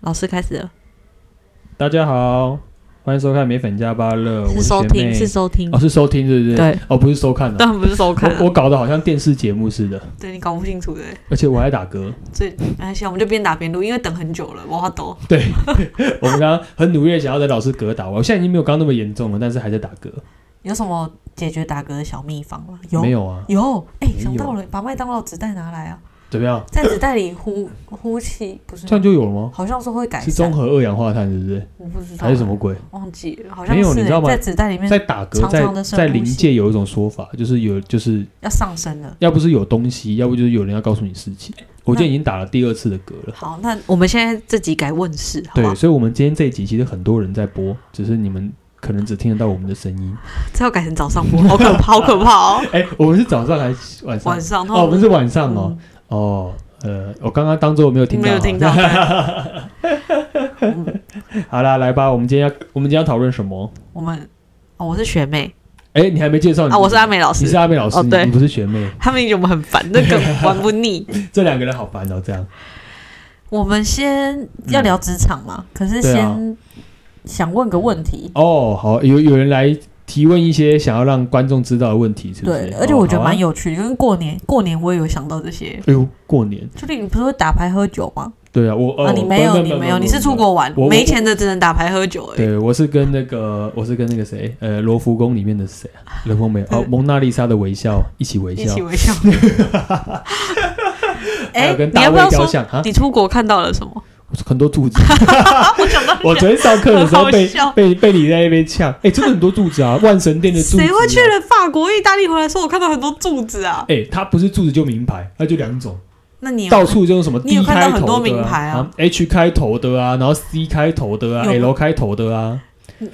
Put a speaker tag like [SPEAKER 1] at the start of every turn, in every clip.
[SPEAKER 1] 老师开始了，
[SPEAKER 2] 大家好，欢迎收看《美粉加巴乐》，呃我
[SPEAKER 1] 是
[SPEAKER 2] 学
[SPEAKER 1] 收听，
[SPEAKER 2] 妹
[SPEAKER 1] 是收听
[SPEAKER 2] 哦，，是收听是不是？
[SPEAKER 1] 对，
[SPEAKER 2] 哦，不是收看的、
[SPEAKER 1] 当然不是收看啊
[SPEAKER 2] 我我搞得好像电视节目似的，
[SPEAKER 1] 对你搞不清楚的，
[SPEAKER 2] 而且我还 打嗝。
[SPEAKER 1] 所以哎，行，我们就边打边录，因为等很久了，我要抖。
[SPEAKER 2] 对，我们刚刚很努力的想要在老师嗝打我，我现在已经没有刚刚那么严重了，但是还在打嗝。
[SPEAKER 1] 有什么解决打嗝的小秘方吗？有
[SPEAKER 2] 没有啊？
[SPEAKER 1] 有，哎、
[SPEAKER 2] 没有
[SPEAKER 1] 想到了，把麦当劳纸袋拿来啊，
[SPEAKER 2] 怎么样？
[SPEAKER 1] 在纸袋里呼 呼气，不是
[SPEAKER 2] 这样就有了吗？
[SPEAKER 1] 好像说会改
[SPEAKER 2] 是综
[SPEAKER 1] 善，
[SPEAKER 2] 合二氧化碳是不是？
[SPEAKER 1] 我不知道啊
[SPEAKER 2] 还是什么鬼？
[SPEAKER 1] 忘记了，好像
[SPEAKER 2] 没有
[SPEAKER 1] 是、欸
[SPEAKER 2] 你知道吗
[SPEAKER 1] 在纸袋里面
[SPEAKER 2] 在打嗝，
[SPEAKER 1] 常常的
[SPEAKER 2] 在
[SPEAKER 1] 深
[SPEAKER 2] 在
[SPEAKER 1] 呼
[SPEAKER 2] 灵
[SPEAKER 1] 吸
[SPEAKER 2] 界有一种说法，就是有就是
[SPEAKER 1] 要上升了。
[SPEAKER 2] 要不是有东西，要不就是有人要告诉你事情。我今天已经打了第二次的嗝了。
[SPEAKER 1] 好，那我们现在这集改问世，好不
[SPEAKER 2] 对，
[SPEAKER 1] 好？
[SPEAKER 2] 所以，我们今天这一集其实很多人在播，只是你们可能只听得到我们的声音。
[SPEAKER 1] 这要改成早上播，好可怕，好可怕 哦！
[SPEAKER 2] 哎、我们是早上还是晚上？
[SPEAKER 1] 晚上，嗯
[SPEAKER 2] 哦，我们是晚上哦。哦，呃，我刚刚当做我没有听到。
[SPEAKER 1] 没有听到
[SPEAKER 2] 好啦，来吧，我们今天要我们今天要讨论什么？
[SPEAKER 1] 我们哦，我是学妹
[SPEAKER 2] 哎、你还没介绍你
[SPEAKER 1] 啊，我是阿美老
[SPEAKER 2] 你
[SPEAKER 1] 师
[SPEAKER 2] 是。阿妹老师，
[SPEAKER 1] 哦
[SPEAKER 2] 你
[SPEAKER 1] 对
[SPEAKER 2] 你不是学妹，
[SPEAKER 1] 他们觉得我们很烦，那 个玩不腻。
[SPEAKER 2] 这两个人好烦哦，这样。
[SPEAKER 1] 我们先要聊职场嘛，可是
[SPEAKER 2] 嗯对啊
[SPEAKER 1] 先想问个问题。
[SPEAKER 2] 哦，好，有有人来提问一些想要让观众知道的问题，是不哦啊是？
[SPEAKER 1] 对，而且我觉得蛮
[SPEAKER 2] 有、
[SPEAKER 1] 有趣的，因为过年过年我也有想到这些。
[SPEAKER 2] 哎呦，过年，
[SPEAKER 1] 就例如你不是会打牌喝酒吗？
[SPEAKER 2] 对啊，我哦、
[SPEAKER 1] 啊，你没有，
[SPEAKER 2] 不
[SPEAKER 1] 你没有，你是。
[SPEAKER 2] 不不不
[SPEAKER 1] 出
[SPEAKER 2] 不
[SPEAKER 1] 国玩
[SPEAKER 2] 我，我
[SPEAKER 1] 没钱的只能打牌喝酒而已。
[SPEAKER 2] 对，我是跟那个，我是跟那个谁，呃，罗浮宫里面的谁啊？罗浮宫没有哦，蒙娜丽莎的微笑一起微
[SPEAKER 1] 嗯一
[SPEAKER 2] 笑
[SPEAKER 1] 起， 微笑。
[SPEAKER 2] 还
[SPEAKER 1] 哎
[SPEAKER 2] 有，跟
[SPEAKER 1] 你
[SPEAKER 2] 大
[SPEAKER 1] 要不
[SPEAKER 2] 卫
[SPEAKER 1] 要
[SPEAKER 2] 雕
[SPEAKER 1] 说
[SPEAKER 2] 像啊，
[SPEAKER 1] 你出国看到了什 么？啊
[SPEAKER 2] 我很多柱子。
[SPEAKER 1] 我想到
[SPEAKER 2] 我昨天上课的时候被
[SPEAKER 1] 很好笑
[SPEAKER 2] 被被你在那边呛，哎，真的很多柱子啊，万神殿的柱子。啊
[SPEAKER 1] 谁会去？了法国、意大利回来说我看到很多柱子啊？
[SPEAKER 2] 哎，它不是柱子就名牌，它就两种，
[SPEAKER 1] 那你有
[SPEAKER 2] 到处就用什么
[SPEAKER 1] 你有
[SPEAKER 2] D
[SPEAKER 1] 看
[SPEAKER 2] 开
[SPEAKER 1] 到很多
[SPEAKER 2] 头的
[SPEAKER 1] 名牌啊
[SPEAKER 2] 啊，H 开头的啊，然后 C 开头的啊
[SPEAKER 1] 有
[SPEAKER 2] ，L 开头的啊，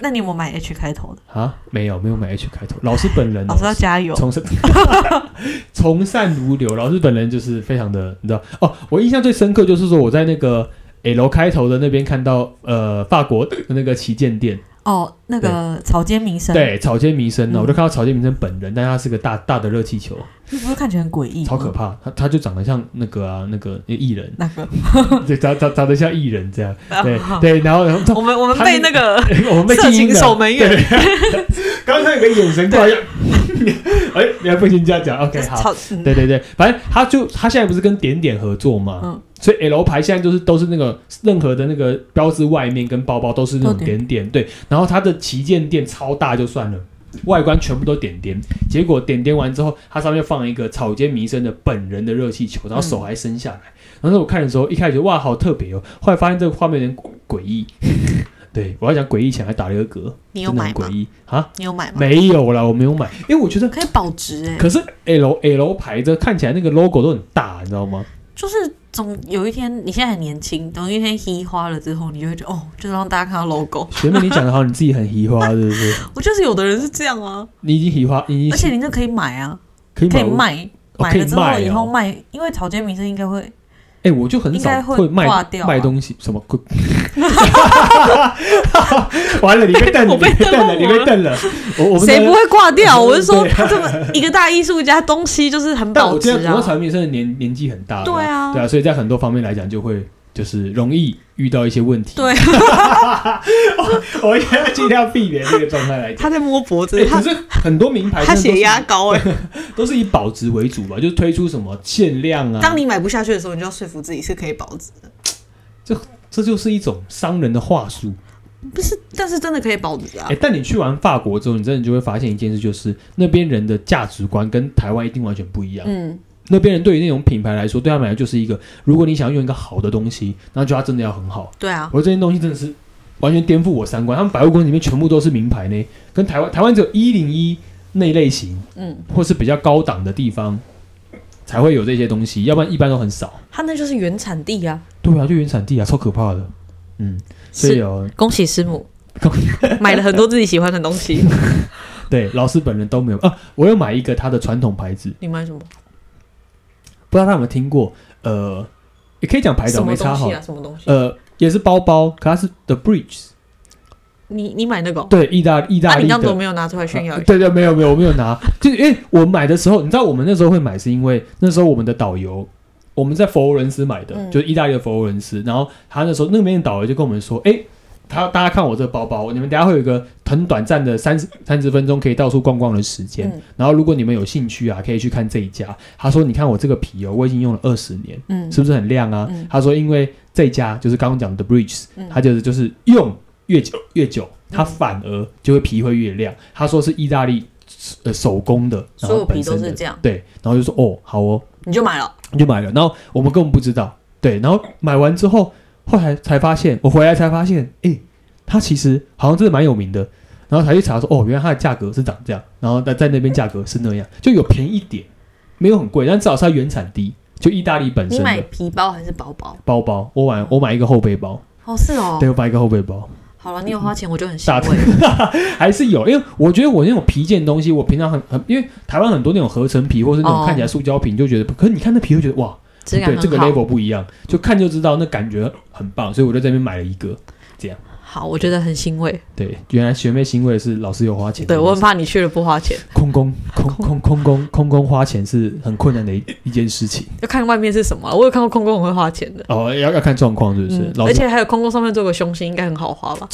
[SPEAKER 1] 那你有没有
[SPEAKER 2] 嗯
[SPEAKER 1] 买 H 开头的？
[SPEAKER 2] 啊，没有没有买 H 开头，老师本人哦
[SPEAKER 1] 老师要加油。
[SPEAKER 2] 从善 从善如流。老师本人就是非常的，你知道哦。我印象最深刻就是说我在那个 L 开头的那边看到呃法国的那个旗舰店，
[SPEAKER 1] 哦，那个草间弥生，，
[SPEAKER 2] 对草间弥生呢，哦
[SPEAKER 1] 嗯
[SPEAKER 2] 我就看到草间弥生本人，但他是个大大的热气球，
[SPEAKER 1] 你不是看起来很诡异吗？，
[SPEAKER 2] 超可怕。他他就长得像那个啊那个艺人
[SPEAKER 1] 那个，
[SPEAKER 2] 对， 长长长得像艺人这样，对
[SPEAKER 1] 啊 好
[SPEAKER 2] 对。然后 然后
[SPEAKER 1] 我们我们
[SPEAKER 2] 他
[SPEAKER 1] 被那个
[SPEAKER 2] 我们被
[SPEAKER 1] 色
[SPEAKER 2] 静音
[SPEAKER 1] 情守
[SPEAKER 2] 了。
[SPEAKER 1] 门
[SPEAKER 2] 对，
[SPEAKER 1] 员
[SPEAKER 2] 对 刚才有个眼神怪， 哎，你还不行这样讲，OK，好，
[SPEAKER 1] 草，嗯
[SPEAKER 2] 对对对，反正他就他现在不是跟点点合作嘛，
[SPEAKER 1] 嗯
[SPEAKER 2] 所以 L 牌现在就是都是那个任何的那个标志外面跟包包都是那种
[SPEAKER 1] 都
[SPEAKER 2] 点
[SPEAKER 1] 点
[SPEAKER 2] 点，对，然后它的旗舰店超大就算了。外观全部都点点，结果点点完之后，它上面放一个草间弥生的本人的热气球，然后
[SPEAKER 1] 嗯
[SPEAKER 2] 手还伸下来。然后我看的时候，一开始觉得哇好特别哦，后来发现这个画面有点诡异。 对我要讲诡异前还打了一个嗝，
[SPEAKER 1] 你有
[SPEAKER 2] 真的
[SPEAKER 1] 买
[SPEAKER 2] 很
[SPEAKER 1] 吗
[SPEAKER 2] 诡？异啊！
[SPEAKER 1] 你有买吗？
[SPEAKER 2] 没有啦，我没有买，因为我觉得
[SPEAKER 1] 可以保值哎，
[SPEAKER 2] 可是 L L 牌的看起来那个 logo 都很大，你知 道吗？
[SPEAKER 1] 就是总有一天，你现在很年轻，等有一天黑花了之后，你就会觉得哦，就是让大家看到 logo。
[SPEAKER 2] 学妹，你讲的好，你自己很移花，对 不对？
[SPEAKER 1] 我就是有的人是这样啊，
[SPEAKER 2] 你已经移花，你已
[SPEAKER 1] 而
[SPEAKER 2] 经
[SPEAKER 1] 且你那可以买啊，
[SPEAKER 2] 可以
[SPEAKER 1] 可以
[SPEAKER 2] 买。
[SPEAKER 1] 卖，
[SPEAKER 2] 哦
[SPEAKER 1] 买
[SPEAKER 2] 可以
[SPEAKER 1] 了之后
[SPEAKER 2] 卖
[SPEAKER 1] 以
[SPEAKER 2] 哦
[SPEAKER 1] 后卖，因为草间弥生应该会
[SPEAKER 2] 哎，我就很
[SPEAKER 1] 应
[SPEAKER 2] 少
[SPEAKER 1] 该会
[SPEAKER 2] 卖
[SPEAKER 1] 挂掉啊
[SPEAKER 2] 卖东西， 什么？ 完了，你被瞪 了，
[SPEAKER 1] 我被
[SPEAKER 2] 你被瞪了，
[SPEAKER 1] 瞪了
[SPEAKER 2] 你被瞪了。我我们
[SPEAKER 1] 谁不
[SPEAKER 2] 的？
[SPEAKER 1] 会挂掉？我是说，
[SPEAKER 2] 对
[SPEAKER 1] 他这么一个大艺术家，东西就是很
[SPEAKER 2] 但我
[SPEAKER 1] 保
[SPEAKER 2] 觉
[SPEAKER 1] 值
[SPEAKER 2] 得，我
[SPEAKER 1] 啊
[SPEAKER 2] 到。产品生的年年纪很大，
[SPEAKER 1] 对啊
[SPEAKER 2] 对啊，所以在很多方面来讲，就会就是容易遇到一些问题。
[SPEAKER 1] 对，
[SPEAKER 2] 我我要尽量避免这个状态来讲。
[SPEAKER 1] 他在摸脖子
[SPEAKER 2] 哎，，可是很多名牌
[SPEAKER 1] 他
[SPEAKER 2] 真的都
[SPEAKER 1] 血
[SPEAKER 2] 是
[SPEAKER 1] 压高哎、
[SPEAKER 2] 都是以保值为主吧，就是推出什么限量啊。
[SPEAKER 1] 当你买不下去的时候，你就要说服自己是可以保值的，
[SPEAKER 2] 这就是一种商人的话术。
[SPEAKER 1] 不是？但是真的可以保值啊！
[SPEAKER 2] 哎、但你去完法国之后，你真的就会发现一件事，就是那边人的价值观跟台湾一定完全不一样。
[SPEAKER 1] 嗯，
[SPEAKER 2] 那边人对于那种品牌来说，对他们来说就是一个，如果你想要用一个好的东西，那就它真的要很好。
[SPEAKER 1] 对啊，
[SPEAKER 2] 我这件东西真的是完全颠覆我三观。他们百货公司里面全部都是名牌呢，跟台湾台湾只有一零一那类型
[SPEAKER 1] 嗯，
[SPEAKER 2] 或是比较高档的地方才会有这些东西，要不然一般都很少。
[SPEAKER 1] 他那就是原产地啊！
[SPEAKER 2] 对啊，就原产地啊，超可怕的。嗯，所以哦，
[SPEAKER 1] 恭喜师 母
[SPEAKER 2] 恭，
[SPEAKER 1] 买了很多自己喜欢的东西。
[SPEAKER 2] 对，老师本人都没有啊。我有买一个他的传统牌子，
[SPEAKER 1] 你买什么？
[SPEAKER 2] 不知道他有没有听过？呃，也可以讲牌子，
[SPEAKER 1] 什
[SPEAKER 2] 没
[SPEAKER 1] 么
[SPEAKER 2] 差
[SPEAKER 1] 东
[SPEAKER 2] 好
[SPEAKER 1] 西。啊？什么东西？
[SPEAKER 2] 呃，也是包包，可它是 The Bridge，
[SPEAKER 1] 你你买那个哦？
[SPEAKER 2] 对，意大意
[SPEAKER 1] 那、
[SPEAKER 2] 大利
[SPEAKER 1] 你当时
[SPEAKER 2] 的。
[SPEAKER 1] 么没有拿出来炫耀一下？
[SPEAKER 2] 对对，没有没有，我没有拿，就是因为我买的时候，你知道我们那时候会买，是因为那时候我们的导游，我们在佛罗伦斯买的，
[SPEAKER 3] 嗯
[SPEAKER 2] 就是意大利的佛罗伦斯。然后他那时候那边的导游就跟我们说，哎、他大家看我这个包包，你们等一下会有一个很短暂的三十三十分钟可以到处逛逛的时间。
[SPEAKER 3] 嗯
[SPEAKER 2] 然后如果你们有兴趣啊，可以去看这一家。他说，你看我这个皮哦，我已经用了二十年，
[SPEAKER 3] 嗯
[SPEAKER 2] 是不是很亮啊？
[SPEAKER 3] 嗯
[SPEAKER 2] 他说，因为这家就是刚刚讲的 Bridges，
[SPEAKER 3] 嗯
[SPEAKER 2] 它就是就是用越久越久，它反而就会皮会越亮。他说是意大利呃手工的，然
[SPEAKER 1] 所
[SPEAKER 2] 后
[SPEAKER 1] 有皮
[SPEAKER 2] 本身
[SPEAKER 1] 都
[SPEAKER 2] 的
[SPEAKER 1] 是这样，
[SPEAKER 2] 对，然后就说哦好哦，
[SPEAKER 1] 你就买了，
[SPEAKER 2] 你就买了。然后我们根本不知道，对，然后买完之后，后来才发现，我回来才发现，诶，它其实好像真的蛮有名的。然后才去查说，哦，原来它的价格是长这样，然后在在那边价格是那样，就有便宜一点，没有很贵，但至少是它原产低，就意大利本
[SPEAKER 1] 你
[SPEAKER 2] 身
[SPEAKER 1] 买
[SPEAKER 2] 的
[SPEAKER 1] 皮包还是包包？
[SPEAKER 2] 包包。我买我买一个后背包，
[SPEAKER 1] 哦，是哦。
[SPEAKER 2] 对，我买一个后背包，
[SPEAKER 1] 好了，你有花钱我就很欣
[SPEAKER 2] 大
[SPEAKER 1] 慰。
[SPEAKER 2] 还是有，因为我觉得我那种皮件东西，我平常很很，因为台湾很多那种合成皮或是那种
[SPEAKER 1] 哦
[SPEAKER 2] 看起来塑胶皮，你就觉得不，可是你看那皮会觉得哇，
[SPEAKER 1] 嗯质感
[SPEAKER 2] 对，这个
[SPEAKER 1] 很好。
[SPEAKER 2] level 不一样，就看就知道，那感觉很棒，所以我就在那边买了一个。
[SPEAKER 1] 好，我觉得很欣慰。
[SPEAKER 2] 对，原来学妹欣慰的是老师有花钱。
[SPEAKER 1] 对我很怕你去了不花钱，
[SPEAKER 2] 空工空空空工空工花钱是很困难的一一件事情
[SPEAKER 1] 要看外面是什么。我有看过空空很会花钱的，
[SPEAKER 2] 哦，要要看状况是不是？
[SPEAKER 1] 嗯
[SPEAKER 2] 老
[SPEAKER 1] 而
[SPEAKER 2] 师
[SPEAKER 1] 且还有空空上面做个胸心，应该很好花吧？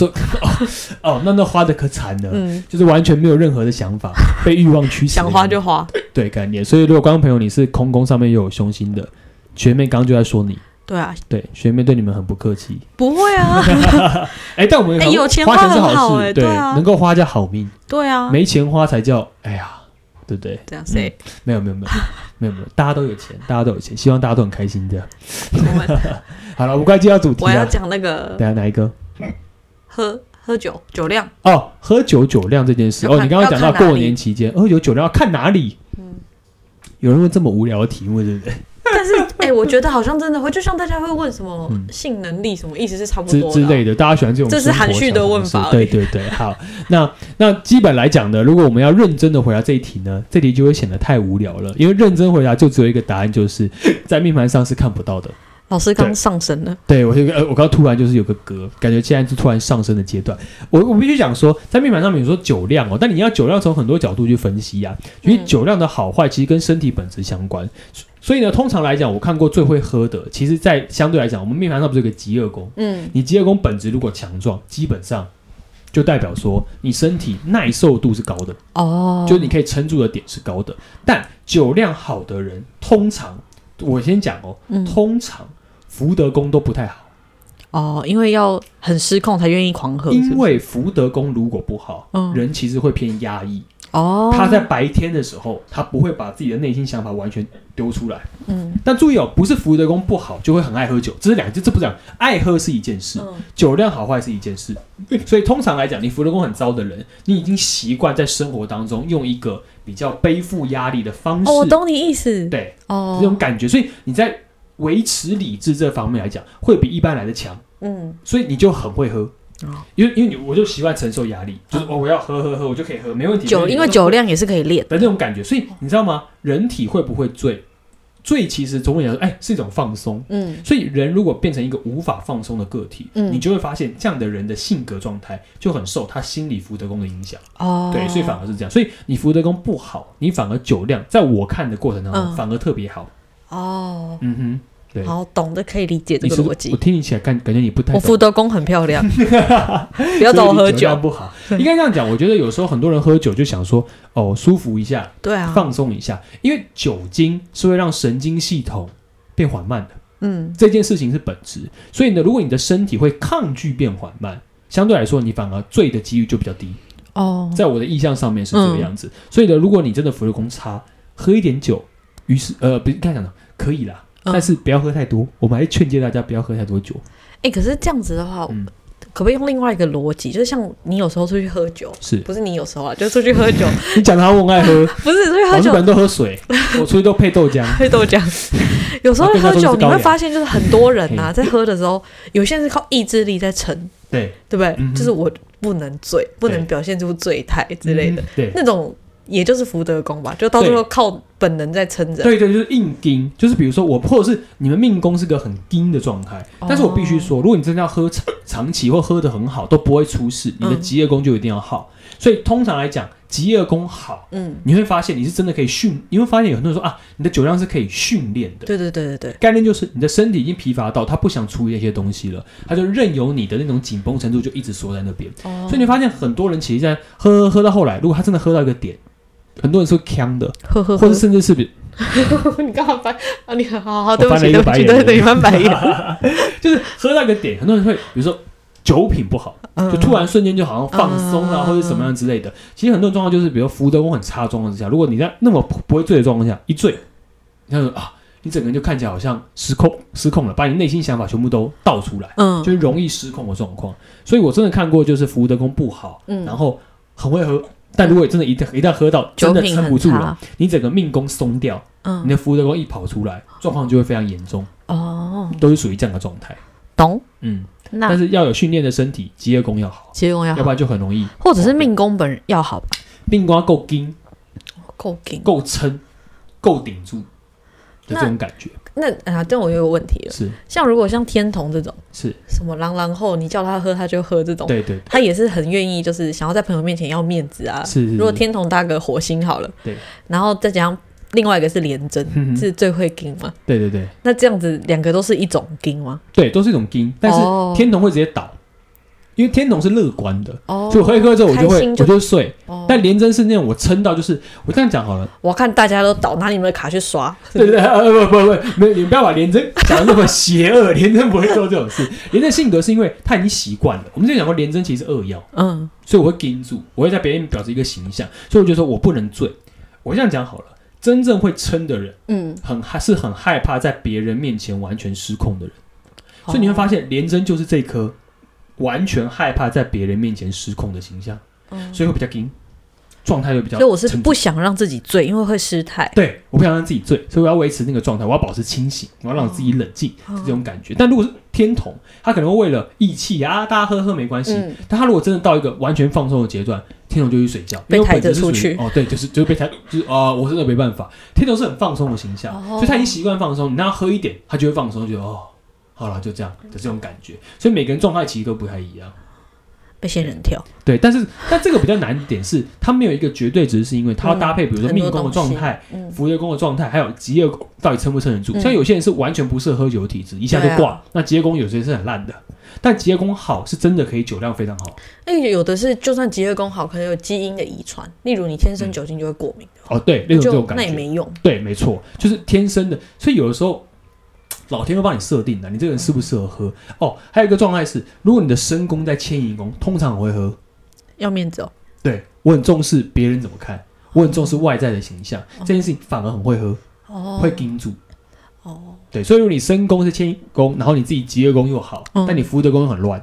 [SPEAKER 2] 哦，那那花的可惨了，
[SPEAKER 1] 嗯，
[SPEAKER 2] 就是完全没有任何的想法，被欲望驱使的
[SPEAKER 1] 想
[SPEAKER 2] 那种，
[SPEAKER 1] 花就花。
[SPEAKER 2] 对概念。所以如果观众朋友你是空工上面又有凶心的，学妹刚刚就在说你，
[SPEAKER 1] 对啊，
[SPEAKER 2] 对学妹对你们很不客气。
[SPEAKER 1] 不会 啊，
[SPEAKER 2] 哎、但我们
[SPEAKER 1] 哎
[SPEAKER 2] 好
[SPEAKER 1] 有钱
[SPEAKER 2] 花钱
[SPEAKER 1] 花
[SPEAKER 2] 是
[SPEAKER 1] 很好
[SPEAKER 2] 事，
[SPEAKER 1] 哎
[SPEAKER 2] 对，
[SPEAKER 1] 对啊
[SPEAKER 2] 能够花叫好命，
[SPEAKER 1] 对啊，
[SPEAKER 2] 没钱花才叫哎呀，对不对？
[SPEAKER 1] 这样谁？
[SPEAKER 2] 没有没有没有没有没有，大家都有钱，大家都有钱，希望大家都很开心这样。
[SPEAKER 1] 我 们
[SPEAKER 2] 好了，我们快进到主题
[SPEAKER 1] 我要
[SPEAKER 2] 了。
[SPEAKER 1] 讲那个
[SPEAKER 2] 等一下哪一个？
[SPEAKER 1] 喝喝酒酒量，
[SPEAKER 2] 哦，喝酒酒量这件事。
[SPEAKER 1] 要
[SPEAKER 2] 哦，
[SPEAKER 1] 看
[SPEAKER 2] 你刚刚讲到
[SPEAKER 1] 要看哪里
[SPEAKER 2] 过年期间，喝酒酒量要看哪里？有人问这么无聊的题目，对不对？
[SPEAKER 1] 但是哎、我觉得好像真的会，就像大家会问什么
[SPEAKER 2] 嗯
[SPEAKER 1] 性能力什么，意思是差不
[SPEAKER 2] 之
[SPEAKER 1] 多的啊
[SPEAKER 2] 之类的，大家喜欢这种
[SPEAKER 1] 这是
[SPEAKER 2] 生活
[SPEAKER 1] 含蓄的
[SPEAKER 2] 小常
[SPEAKER 1] 问
[SPEAKER 2] 识
[SPEAKER 1] 法而
[SPEAKER 2] 对
[SPEAKER 1] 已
[SPEAKER 2] 对对，好， 那那基本来讲呢，如果我们要认真的回答这一题呢，这题就会显得太无聊了，因为认真回答就只有一个答案，就是在命盘上是看不到的。
[SPEAKER 1] 老师
[SPEAKER 2] 对
[SPEAKER 1] 刚上身了，
[SPEAKER 2] 对我这个呃，我刚刚突然就是有个格，感觉现在是突然上升的阶段。我我必须讲说，在命盘上面有说酒量哦，但你要酒量从很多角度去分析呀、因为
[SPEAKER 1] 嗯
[SPEAKER 2] 酒量的好坏其实跟身体本质相关。所所以呢，通常来讲，我看过最会喝的，其实在相对来讲，我们命盘上不是有个极恶宫？
[SPEAKER 1] 嗯，
[SPEAKER 2] 你极恶宫本质如果强壮，基本上就代表说你身体耐受度是高的，
[SPEAKER 1] 哦，
[SPEAKER 2] 就是你可以撑住的点是高的。但酒量好的人，通常我先讲哦，
[SPEAKER 1] 嗯
[SPEAKER 2] 通常福德宫都不太好。
[SPEAKER 1] 哦，因为要很失控才愿意狂喝，是
[SPEAKER 2] 因
[SPEAKER 1] 不是
[SPEAKER 2] 为福德宫如果不好，
[SPEAKER 1] 嗯
[SPEAKER 2] 人其实会偏压抑。
[SPEAKER 1] 哦，
[SPEAKER 2] 他在白天的时候，他不会把自己的内心想法完全丢出来。
[SPEAKER 1] 嗯
[SPEAKER 2] 但注意哦，不是福德宫不好就会很爱喝酒，这是两这这不讲，爱喝是一件事，
[SPEAKER 1] 嗯
[SPEAKER 2] 酒量好坏是一件事。所以通常来讲，你福德宫很糟的人，你已经习惯在生活当中用一个比较背负压力的方式，
[SPEAKER 1] 哦，我懂你意思，
[SPEAKER 2] 对
[SPEAKER 1] 哦，
[SPEAKER 2] 这种感觉，所以你在维持理智这方面来讲，会比一般来的强。
[SPEAKER 1] 嗯
[SPEAKER 2] 所以你就很会喝
[SPEAKER 1] 哦。
[SPEAKER 2] 因为因为你我就习惯承受压力，就是哦我要喝喝喝，我就可以喝，没问题。没
[SPEAKER 1] 酒，
[SPEAKER 2] 问题
[SPEAKER 1] 因为酒量也是可以练，
[SPEAKER 2] 的那种感觉，所以你知道吗？人体会不会醉？醉其实总体来说，哎，是一种放松。
[SPEAKER 1] 嗯
[SPEAKER 2] 所以人如果变成一个无法放松的个体，
[SPEAKER 1] 嗯
[SPEAKER 2] 你就会发现这样的人的性格状态就很受他心理福德宫的影响。
[SPEAKER 1] 哦，
[SPEAKER 2] 对，所以反而是这样。所以你福德宫不好，你反而酒量，在我看的过程当中、
[SPEAKER 1] 嗯
[SPEAKER 2] 反而特别好。
[SPEAKER 1] 哦，
[SPEAKER 2] 嗯哼，对。
[SPEAKER 1] 好懂得可以理解这
[SPEAKER 2] 你
[SPEAKER 1] 个
[SPEAKER 2] 是
[SPEAKER 1] 逻
[SPEAKER 2] 不是我
[SPEAKER 1] 辑。
[SPEAKER 2] 听你起来感感觉你不太
[SPEAKER 1] 我
[SPEAKER 2] 懂。
[SPEAKER 1] 福德宫很漂 亮， 不要找我
[SPEAKER 2] 所以
[SPEAKER 1] 喝
[SPEAKER 2] 你
[SPEAKER 1] 酒
[SPEAKER 2] 量。不好，应该这样讲。我觉得有时候很多人喝酒就想说，哦，舒服一下，
[SPEAKER 1] 对啊，
[SPEAKER 2] 放松一下，因为酒精是会让神经系统变缓慢的，
[SPEAKER 1] 嗯
[SPEAKER 2] 这件事情是本质。所以呢，如果你的身体会抗拒变缓慢，相对来说你反而醉的几率就比较低。
[SPEAKER 1] 哦，
[SPEAKER 2] 在我的意向上面是这个样子。所以呢，如果你真的福禄宫差，喝一点酒，于是呃，不是该讲的可以啦。
[SPEAKER 1] 嗯
[SPEAKER 2] 但是不要喝太多，我们还是劝诫大家不要喝太多酒。
[SPEAKER 1] 哎，可是这样子的话
[SPEAKER 2] 嗯，
[SPEAKER 1] 可不可以用另外一个逻辑？就是像你有时候出去喝酒，
[SPEAKER 2] 是
[SPEAKER 1] 不是你有时候啊，就出去喝 酒，
[SPEAKER 2] 你讲的好，我很爱喝，
[SPEAKER 1] 不是出去
[SPEAKER 2] 我
[SPEAKER 1] 喝
[SPEAKER 2] 日
[SPEAKER 1] 酒
[SPEAKER 2] 本都 喝水，我出去都配豆浆。
[SPEAKER 1] 黑豆 浆。有时候
[SPEAKER 2] 啊
[SPEAKER 1] 喝
[SPEAKER 2] 对那时
[SPEAKER 1] 酒，
[SPEAKER 2] 候是
[SPEAKER 1] 你
[SPEAKER 2] 高
[SPEAKER 1] 会
[SPEAKER 2] 粱
[SPEAKER 1] 发现就是很多人呐、在喝的时候，有些人是靠意志力在撑，
[SPEAKER 2] 对，
[SPEAKER 1] 对不对？
[SPEAKER 2] 嗯哼
[SPEAKER 1] 就是我不能醉，不能表现出醉态之类的，
[SPEAKER 2] 嗯。对，
[SPEAKER 1] 那种也就是福德宫吧，就到最后靠本能在撑着。
[SPEAKER 2] 对对，就是硬盯，就是比如说我，或者是你们命宫是个很盯的状态，
[SPEAKER 1] 哦
[SPEAKER 2] 但是我必须说，如果你真的要喝长长期或喝得很好，都不会出事，你的
[SPEAKER 1] 嗯
[SPEAKER 2] 吉业宫就一定要好。所以通常来讲，极恶功好，
[SPEAKER 1] 嗯，
[SPEAKER 2] 你会发现你是真的可以训，你会发现有很多人说啊，你的酒量是可以训练的。
[SPEAKER 1] 对对对对对，
[SPEAKER 2] 概念就是你的身体已经疲乏到他不想处理那些东西了，他就任由你的那种紧绷程度就一直缩在那边。
[SPEAKER 1] 哦
[SPEAKER 2] 所以你发现很多人其实，在喝喝喝到后来，如果他真的喝到一个点，很多人是会呛的，
[SPEAKER 1] 呵呵呵
[SPEAKER 2] 或者，甚至是比
[SPEAKER 1] 你干嘛翻啊？你好好，
[SPEAKER 2] 我
[SPEAKER 1] 对不
[SPEAKER 2] 翻了
[SPEAKER 1] 起，
[SPEAKER 2] 一
[SPEAKER 1] 对
[SPEAKER 2] 个
[SPEAKER 1] 不
[SPEAKER 2] 白
[SPEAKER 1] 起，
[SPEAKER 2] 眼
[SPEAKER 1] 对对，你翻白眼，
[SPEAKER 2] 就是喝到一个点，很多人会比如说酒品不好，就突然瞬间就好像放松啊，
[SPEAKER 1] 嗯
[SPEAKER 2] 或者什么样之类的。其实很多状况就是，比如福德宫很差的状况之下，如果你在那么不不会醉的状况下一醉，你看啊，你整个人就看起来好像失控失控了，把你内心想法全部都倒出来。
[SPEAKER 1] 嗯，
[SPEAKER 2] 就是容易失控的状况。所以我真的看过，就是福德宫不好，
[SPEAKER 1] 嗯
[SPEAKER 2] 然后很会喝，但如果真的一旦一旦喝到真
[SPEAKER 1] 酒
[SPEAKER 2] 的
[SPEAKER 1] 品
[SPEAKER 2] 撑不
[SPEAKER 1] 很
[SPEAKER 2] 住了，
[SPEAKER 1] 差，
[SPEAKER 2] 你整个命宫松掉，你
[SPEAKER 1] 嗯，
[SPEAKER 2] 的福德宫一跑出来，状况就会非常严重，
[SPEAKER 1] 哦，
[SPEAKER 2] 都是属于这样的状态。
[SPEAKER 1] 懂。
[SPEAKER 2] 嗯，但
[SPEAKER 1] 那
[SPEAKER 2] 是要有训练的身体，饥饿功要好，
[SPEAKER 1] 结啊婚要
[SPEAKER 2] 要不
[SPEAKER 1] 好，
[SPEAKER 2] 然就很容易
[SPEAKER 1] 或者是命宫本人要好吧，
[SPEAKER 2] 命宫要够硬、
[SPEAKER 1] 够劲。
[SPEAKER 2] 够撑、够顶住的这种感觉。
[SPEAKER 1] 那啊，但我又有问题了，
[SPEAKER 2] 是
[SPEAKER 1] 像如果像天童这种
[SPEAKER 2] 是，
[SPEAKER 1] 什么狼狼后，你叫他喝他就喝这种，
[SPEAKER 2] 对对
[SPEAKER 1] 他也是很愿意，就是想要在朋友面前要面子啊。
[SPEAKER 2] 是是是。
[SPEAKER 1] 如果天童搭个火星好了，
[SPEAKER 2] 对，
[SPEAKER 1] 然后再加上另外一个是廉贞，
[SPEAKER 2] 哼哼
[SPEAKER 1] 是最会盯嘛。
[SPEAKER 2] 对对对
[SPEAKER 1] 那这样子两个都是一种盯吗？
[SPEAKER 2] 对，都是一种硬，但是
[SPEAKER 1] 哦
[SPEAKER 2] 天童会直接倒，因为天童是乐观的。
[SPEAKER 1] 哦
[SPEAKER 2] 所以我喝一喝之后，我就
[SPEAKER 1] 开
[SPEAKER 2] 会
[SPEAKER 1] 心
[SPEAKER 2] 我就会睡。
[SPEAKER 1] 哦
[SPEAKER 2] 但连真是那种我撑到，就是我这样 讲好了，
[SPEAKER 1] 我看大家都倒，拿你们的卡去刷。
[SPEAKER 2] 对对对，呃不不不，没有你不要把连真 讲的那么邪恶，连真不会做这种事。连真性格是因为他已经习惯了，我们之前讲过，连真其实是恶药，
[SPEAKER 1] 嗯，
[SPEAKER 2] 所以我会盯住，我会在别人表示一个形象，所以我就说我不能醉。我这样讲好了，真正会撑的人，
[SPEAKER 1] 嗯，
[SPEAKER 2] 很害是很害怕在别人面前完全失控的人，
[SPEAKER 1] 哦
[SPEAKER 2] 所以你会发现连真就是这颗完全害怕在别人面前失控的形象，
[SPEAKER 1] 嗯，
[SPEAKER 2] 所以会比较盯，状态会比较
[SPEAKER 1] 所以我是
[SPEAKER 2] 沉
[SPEAKER 1] 不想让自己醉，因为会失态。
[SPEAKER 2] 对，我不想让自己醉，所以我要维持那个状态，我要保持清醒，我要让自己冷静，
[SPEAKER 1] 哦
[SPEAKER 2] 是这种感觉。但如果是天童，他可能会为了义气啊，大家喝喝没关系。
[SPEAKER 1] 嗯，
[SPEAKER 2] 但他如果真的到一个完全放松的阶段，天童就去睡觉，
[SPEAKER 1] 被
[SPEAKER 2] 因为
[SPEAKER 1] 抬
[SPEAKER 2] 本质
[SPEAKER 1] 着
[SPEAKER 2] 是
[SPEAKER 1] 出
[SPEAKER 2] 属于
[SPEAKER 1] 去
[SPEAKER 2] 哦，对，就是就是被抬，就是啊、我真的没办法。天童是很放松的形象，
[SPEAKER 1] 哦
[SPEAKER 2] 所以他已经习惯放松，你让他喝一点，他就会放松，就觉得哦，好了，就这样的这种感觉。所以每个人状态其实都不太一样。
[SPEAKER 1] 被仙人跳。
[SPEAKER 2] 对，但是但这个比较难的点是，他没有一个绝对值，是因为他要搭配，比如说
[SPEAKER 1] 嗯
[SPEAKER 2] 命宫的
[SPEAKER 1] 很多东
[SPEAKER 2] 状
[SPEAKER 1] 西
[SPEAKER 2] 态。
[SPEAKER 1] 嗯，
[SPEAKER 2] 福德宫的状态，还有极夜宫到底撑不撑得住。
[SPEAKER 1] 嗯
[SPEAKER 2] 像有些人是完全不适合喝酒的体质，一下就
[SPEAKER 1] 对
[SPEAKER 2] 挂。
[SPEAKER 1] 啊
[SPEAKER 2] 那极夜宫有些是很烂的，但极夜宫好是真的可以酒量非常好。
[SPEAKER 1] 那有的是就算极月宫好，可能有基因的遗传，例如你天生酒精就会过敏，
[SPEAKER 2] 哦，对，那种这
[SPEAKER 1] 就
[SPEAKER 2] 种感
[SPEAKER 1] 那也
[SPEAKER 2] 觉，
[SPEAKER 1] 没用。
[SPEAKER 2] 对，没错，就是天生的。所以有的时候老天会帮你设定的，你这个人适不适合喝。哦，还有一个状态是，如果你的身宫在迁移宫，通常我会喝。
[SPEAKER 1] 要面子哦，
[SPEAKER 2] 对我很重视别人怎么看，我很重视外在的形象，这件事情反而很会喝，
[SPEAKER 1] 哦，
[SPEAKER 2] 会盯住。
[SPEAKER 1] 哦，
[SPEAKER 2] 对，所以如果你身宫是迁宫，然后你自己极业宫又好，
[SPEAKER 1] 嗯
[SPEAKER 2] 但你福德宫又很乱，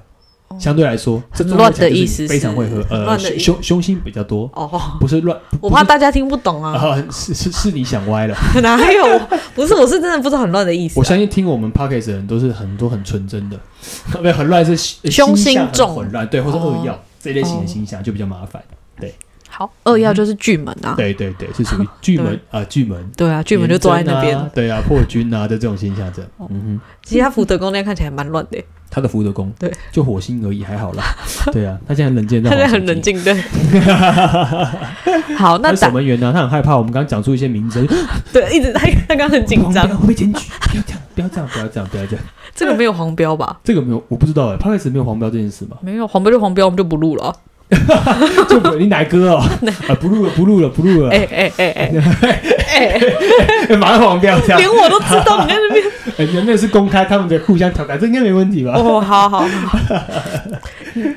[SPEAKER 1] 哦
[SPEAKER 2] 相对来说，这
[SPEAKER 1] 很
[SPEAKER 2] 状态
[SPEAKER 1] 乱
[SPEAKER 2] 起来
[SPEAKER 1] 的
[SPEAKER 2] 就是
[SPEAKER 1] 意
[SPEAKER 2] 你
[SPEAKER 1] 思
[SPEAKER 2] 非常会喝
[SPEAKER 1] 是，很
[SPEAKER 2] 呃，
[SPEAKER 1] 乱的意
[SPEAKER 2] 凶
[SPEAKER 1] 思
[SPEAKER 2] 凶凶星比较多，
[SPEAKER 1] 哦，
[SPEAKER 2] 不是乱，
[SPEAKER 1] 我怕大家听不懂 啊，
[SPEAKER 2] 啊，是是是你想歪了。
[SPEAKER 1] 哪有？不是，我是真的不知道很乱的意思啊。
[SPEAKER 2] 我相信听我们 podcast 的人都是很多很纯真的， 没有很乱是心
[SPEAKER 1] 凶
[SPEAKER 2] 心象
[SPEAKER 1] 星重
[SPEAKER 2] 很混乱，对，或者
[SPEAKER 1] 哦
[SPEAKER 2] 恶药这一类型的
[SPEAKER 1] 哦
[SPEAKER 2] 形象就比较麻烦。
[SPEAKER 1] 好，二要就是巨门啊，
[SPEAKER 2] 对对对，是属于巨门啊，巨门。
[SPEAKER 1] 对啊，巨门就坐在那边哦
[SPEAKER 2] 廉贞啊，对啊，破军啊的这种现象，这样，嗯哼。
[SPEAKER 1] 其实他福德宫那样看起来蛮乱的，
[SPEAKER 2] 他的福德宫，
[SPEAKER 1] 对，
[SPEAKER 2] 就火星而已，还好啦。对啊，他现在很 冷静，
[SPEAKER 1] 他现在很冷。静 的。好，那
[SPEAKER 2] 他是守
[SPEAKER 1] 打
[SPEAKER 2] 门员呢、啊他很害怕。我们刚刚讲出一些名称，
[SPEAKER 1] 对，一直他他刚刚 很紧张
[SPEAKER 2] 不要，会被检举。不要这样，不要这样，不要这样，不要这样。
[SPEAKER 1] 这个没有黄标吧？
[SPEAKER 2] 这个没有，我不知道哎、他开始没有黄标这件事嘛？
[SPEAKER 1] 没有黄标就黄标，我们就不录了啊。
[SPEAKER 2] 就不你奶哥哦， 啊，不录了，不录了，不录了，
[SPEAKER 1] 哎哎哎 哎哎，
[SPEAKER 2] 哎马上黄标 这样
[SPEAKER 1] 连。我都知道你在那边。
[SPEAKER 2] 哎，原本是公开他们在互相调侃，这应该没问题吧？
[SPEAKER 1] 哦，好好好。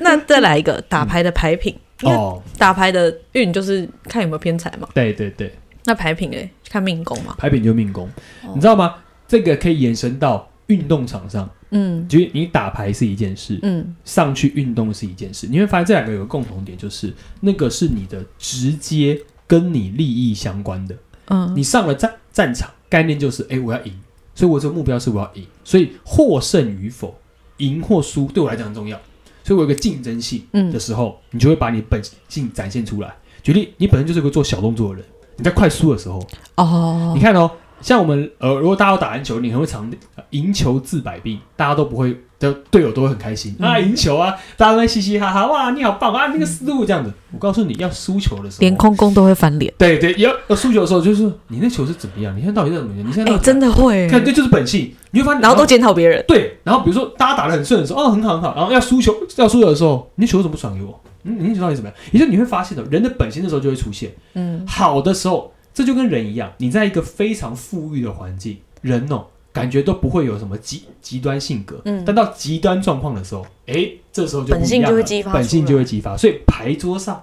[SPEAKER 1] 那再来一个打牌的牌品，因为
[SPEAKER 2] 哦，
[SPEAKER 1] 打牌的运就是看有没有偏财嘛。
[SPEAKER 2] 对对对，
[SPEAKER 1] 那牌品哎，看命宫嘛。
[SPEAKER 2] 牌品就命宫，
[SPEAKER 1] 哦
[SPEAKER 2] 你知道吗？这个可以延伸到运动场上，
[SPEAKER 1] 嗯
[SPEAKER 2] 就是你打牌是一件事，
[SPEAKER 1] 嗯，
[SPEAKER 2] 上去运动是一件事，你会发现这两个有个共同点，就是那个是你的直接跟你利益相关的。
[SPEAKER 1] 嗯
[SPEAKER 2] 你上了战战场，概念就是，哎、我要赢，所以我这个目标是我要赢，所以获胜与否，赢或输对我来讲很重要。所以我有个竞争性的
[SPEAKER 1] 嗯
[SPEAKER 2] 时候，你就会把你本性展现出来。举例，你本身就是个做小动作的人，你在快输的时候，
[SPEAKER 1] 哦
[SPEAKER 2] 你，看哦，像我们呃，如果大家要打篮球，你很会常呃赢球治百病，大家都不会的队友都会很开心、
[SPEAKER 1] 嗯
[SPEAKER 2] 啊，赢球啊，大家都在嘻嘻哈哈，哇，你好棒啊，那个思路这样子。我告诉你要输球的时
[SPEAKER 1] 连
[SPEAKER 2] 候，
[SPEAKER 1] 空空都会翻脸。
[SPEAKER 2] 对对，要要输球的时候，就是你那球是怎么样，你现在到底是怎么样，你现在
[SPEAKER 1] 哎、
[SPEAKER 2] 到底
[SPEAKER 1] 真的会，
[SPEAKER 2] 看这就是本性，你会发现，哦
[SPEAKER 1] 然后都检讨别人。
[SPEAKER 2] 对，然后比如说大家打得很顺的时候，哦，很好很好，然后要输球要输球的时候，你球怎么不传给我？嗯，你那球到底怎么样？也就是你会发现的，人的本性的时候就会出现。
[SPEAKER 1] 嗯，
[SPEAKER 2] 好的时候，这就跟人一样，你在一个非常富裕的环境，人哦，感觉都不会有什么极极端性格。
[SPEAKER 1] 嗯
[SPEAKER 2] 但到极端状况的时候，哎，这时候就不一样了
[SPEAKER 1] 本性就会激发出来
[SPEAKER 2] 本性就会激发。所以牌桌上，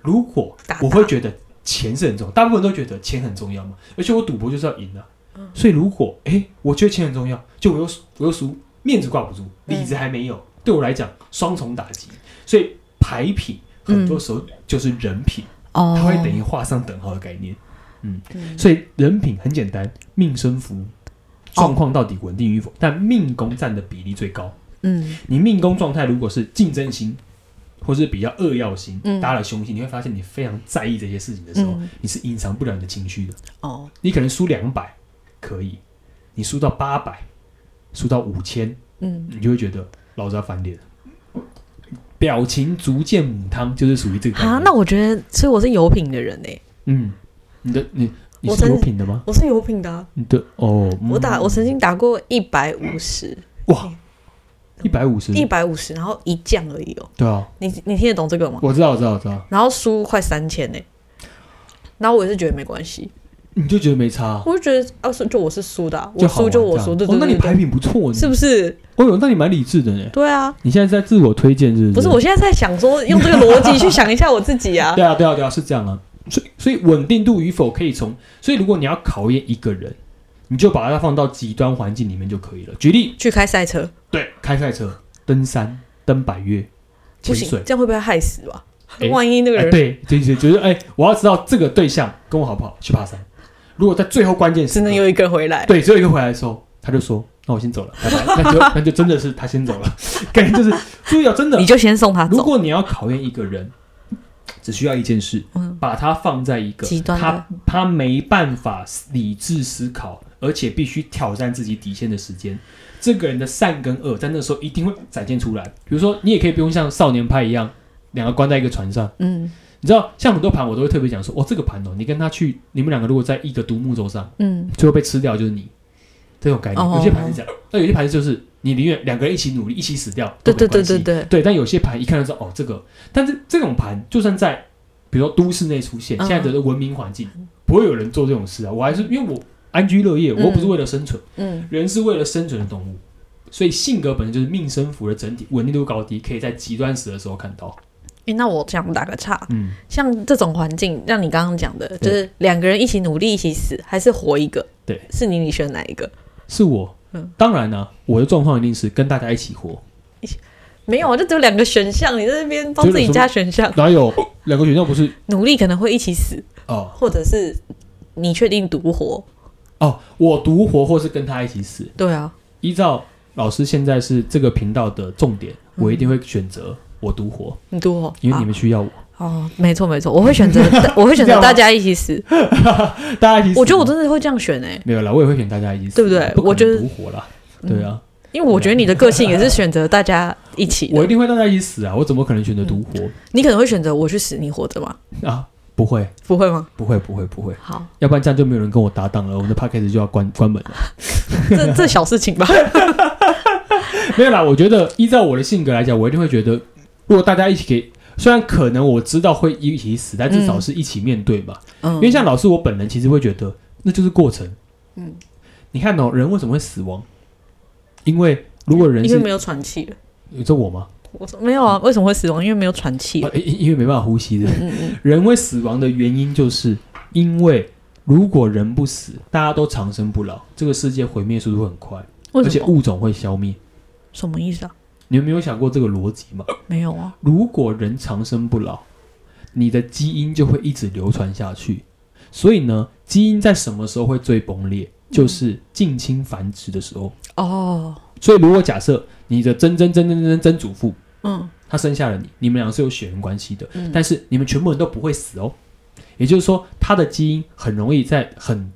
[SPEAKER 2] 如果
[SPEAKER 1] 打
[SPEAKER 2] 我会觉得钱是很重要，大部分人都觉得钱很重要嘛，而且我赌博就是要赢啊。
[SPEAKER 1] 嗯
[SPEAKER 2] 所以如果哎，我觉得钱很重要，就我又我又输，面子挂不住，
[SPEAKER 1] 嗯
[SPEAKER 2] 里子还没有，对我来讲双重打击。所以牌品很多时候就是人品。
[SPEAKER 1] 嗯哦，
[SPEAKER 2] 它会等于画上等号的概念。
[SPEAKER 1] 嗯
[SPEAKER 2] 所以人品很简单，命生福，
[SPEAKER 1] 哦
[SPEAKER 2] 状况到底稳定与否，但命宫占的比例最高。
[SPEAKER 1] 嗯
[SPEAKER 2] 你命宫状态如果是竞争心，或是比较恶要心
[SPEAKER 1] 嗯，
[SPEAKER 2] 搭了凶心，你会发现你非常在意这些事情的时候，
[SPEAKER 1] 嗯
[SPEAKER 2] 你是隐藏不了你的情绪的。
[SPEAKER 1] 哦，
[SPEAKER 2] 你可能输两百可以，你输到八百，输到五千，
[SPEAKER 1] 嗯
[SPEAKER 2] 你就会觉得老子要翻脸了。表情逐渐母汤就是属于这个概
[SPEAKER 1] 啊，
[SPEAKER 2] 念。
[SPEAKER 1] 那我觉得，所以我是有品的人哎、
[SPEAKER 2] 嗯，你的你你
[SPEAKER 1] 我
[SPEAKER 2] 是
[SPEAKER 1] 真
[SPEAKER 2] 有品的吗？
[SPEAKER 1] 我是有品的啊、
[SPEAKER 2] 你的哦，嗯
[SPEAKER 1] 我打我曾经打过一百五十，
[SPEAKER 2] 哇，一百五十，
[SPEAKER 1] 一百五十，然后一降而已哦。
[SPEAKER 2] 对啊，
[SPEAKER 1] 你你听得懂这个吗？
[SPEAKER 2] 我知道，我知道，我知道，
[SPEAKER 1] 然后输快三千呢，然后我也是觉得没关系，
[SPEAKER 2] 你就觉得没差，
[SPEAKER 1] 我就觉得啊，是就我是输的啊、我
[SPEAKER 2] 哦就好
[SPEAKER 1] 输
[SPEAKER 2] 玩
[SPEAKER 1] 就我
[SPEAKER 2] 这样
[SPEAKER 1] 输，对
[SPEAKER 2] 哦
[SPEAKER 1] 对，
[SPEAKER 2] 那你
[SPEAKER 1] 对对
[SPEAKER 2] 牌品不错，
[SPEAKER 1] 是不
[SPEAKER 2] 是？
[SPEAKER 1] 是？
[SPEAKER 2] 哦哟，那你蛮理智的呢。
[SPEAKER 1] 对啊，
[SPEAKER 2] 你现在在自我推荐是不是？
[SPEAKER 1] 不是，我，现在在想说，用这个逻辑去想一下我自己啊
[SPEAKER 2] 对，啊，对啊，对啊，是这样啊。所以，所以稳定度与否可以从，所以如果你要考验一个人，你就把它放到极端环境里面就可以了。举例，
[SPEAKER 1] 去开赛车
[SPEAKER 2] 对，开赛车、登山、登百越、
[SPEAKER 1] 不
[SPEAKER 2] 潜
[SPEAKER 1] 行
[SPEAKER 2] 水，，
[SPEAKER 1] 这样会被害死吧？
[SPEAKER 2] 哎
[SPEAKER 1] 万一那个
[SPEAKER 2] 哎，
[SPEAKER 1] 人
[SPEAKER 2] 对，对对，就是哎，我要知道这个对象跟我好不好去爬山。如果在最后关键时
[SPEAKER 1] 只
[SPEAKER 2] 刻
[SPEAKER 1] 能有一个人回来，
[SPEAKER 2] 对，只有一个回来的时候，他就说：“那我先走了，拜拜。”那就那就真的是他先走了， 感觉就是注意啊，真的
[SPEAKER 1] 你。就先送他
[SPEAKER 2] 如
[SPEAKER 1] 走。
[SPEAKER 2] 果你要考验一个人，只需要一件事，
[SPEAKER 1] 嗯，
[SPEAKER 2] 把他放在一个
[SPEAKER 1] 极端的
[SPEAKER 2] 他他没办法理智思考，而且必须挑战自己底线的时间。这个人的善跟恶，在那时候一定会展现出来。比如说，你也可以不用像少年派一样，两个关在一个船上。
[SPEAKER 1] 嗯
[SPEAKER 2] 你知道，像很多盘我都会特别讲说，哦，这个盘哦，你跟他去，你们两个如果在一个独木舟上，
[SPEAKER 1] 嗯，
[SPEAKER 2] 最后被吃掉就是你，这种概念。
[SPEAKER 1] 哦
[SPEAKER 2] 有些盘是这样，那有些盘就是你宁愿两个人一起努力，一起死掉，
[SPEAKER 1] 对对对
[SPEAKER 2] 都没关系
[SPEAKER 1] 对对，
[SPEAKER 2] 对。但有些盘一看就知道，哦，这个，但是这种盘就算在比如说都市内出现，
[SPEAKER 1] 嗯
[SPEAKER 2] 现在的文明环境不会有人做这种事啊。我还是因为我安居乐业，我又不是为了生存，
[SPEAKER 1] 嗯
[SPEAKER 2] 人是为了生存的动物。所以性格本身就是命生福的整体稳定度高低，可以在极端时的时候看到。
[SPEAKER 1] 诶那我想打个岔，
[SPEAKER 2] 嗯，
[SPEAKER 1] 像这种环境，像你刚刚讲的，就是两个人一起努力，一起死，还是活一个？
[SPEAKER 2] 对，
[SPEAKER 1] 是你，你选哪一个？
[SPEAKER 2] 是我。
[SPEAKER 1] 嗯
[SPEAKER 2] 当然呢、我的状况一定是跟大家一起活。
[SPEAKER 1] 没有啊，就只有两个选项，你在那边帮自己加选项，
[SPEAKER 2] 哪有两个选项不是？
[SPEAKER 1] 努力可能会一起死，
[SPEAKER 2] 哦，
[SPEAKER 1] 或者是你确定独活。
[SPEAKER 2] 哦，我独活或是跟他一起死。
[SPEAKER 1] 对啊，
[SPEAKER 2] 依照老师现在是这个频道的重点，
[SPEAKER 1] 嗯
[SPEAKER 2] 我一定会选择我独活，
[SPEAKER 1] 你独活，
[SPEAKER 2] 因为你
[SPEAKER 1] 啊
[SPEAKER 2] 们需要我，
[SPEAKER 1] 哦，没错没错，我会 选择，我会选择大家一起死。
[SPEAKER 2] 大家一起死。
[SPEAKER 1] 我觉得我真的会这样选欸诶、
[SPEAKER 2] 没有啦，我也会选大家一起死，
[SPEAKER 1] 对不对
[SPEAKER 2] 可能
[SPEAKER 1] 我觉得
[SPEAKER 2] 独活啦。
[SPEAKER 1] 嗯
[SPEAKER 2] 对啊，
[SPEAKER 1] 因为我觉得你的个性也是选择大家一起
[SPEAKER 2] 我一
[SPEAKER 1] 的。嗯
[SPEAKER 2] 定会大家一起死啊！我怎么可能选择独活、
[SPEAKER 1] 你可能会选择我去死，你活着吗？
[SPEAKER 2] 啊？不会，
[SPEAKER 1] 不会吗？
[SPEAKER 2] 不会，不会，不会，
[SPEAKER 1] 好，
[SPEAKER 2] 要不然这样就没有人跟我搭档了，我们的 p a c k a g e 就要关关门了。
[SPEAKER 1] 这这小事情 吧。
[SPEAKER 2] 没有啦，我觉得依照我的性格来讲，我一定会觉得，如果大家一起给，虽然可能我知道会一起死，但至少是一起面对吧。
[SPEAKER 1] 嗯，
[SPEAKER 2] 因为像老师我本人其实会觉得那就是过程。
[SPEAKER 1] 嗯
[SPEAKER 2] 你看哦，人为什么会死亡？因为如果人
[SPEAKER 1] 因为
[SPEAKER 2] 是
[SPEAKER 1] 没有喘气了。
[SPEAKER 2] 你说我吗？
[SPEAKER 1] 我说没有啊，为什么会死亡？因为没有喘气
[SPEAKER 2] 啊。因因因为没办法呼吸的
[SPEAKER 1] 嗯，嗯嗯，
[SPEAKER 2] 人会死亡的原因就是因为如果人不死，大家都长生不老，这个世界毁灭速度很快，
[SPEAKER 1] 为
[SPEAKER 2] 而
[SPEAKER 1] 什
[SPEAKER 2] 且
[SPEAKER 1] 么？
[SPEAKER 2] 物种会消灭。
[SPEAKER 1] 什么意思啊？
[SPEAKER 2] 你们没有想过这个逻辑吗？
[SPEAKER 1] 没有啊。
[SPEAKER 2] 如果人长生不老，你的基因就会一直流传下去。所以呢，基因在什么时候会最崩裂？
[SPEAKER 1] 嗯
[SPEAKER 2] 就是近亲繁殖的时候。
[SPEAKER 1] 哦，
[SPEAKER 2] 所以，如果假设你的曾曾曾曾曾曾祖父
[SPEAKER 1] 嗯
[SPEAKER 2] 他生下了你，你们俩是有血缘关系的，
[SPEAKER 1] 嗯，
[SPEAKER 2] 但是你们全部人都不会死哦。也就是说，他的基因很容易在很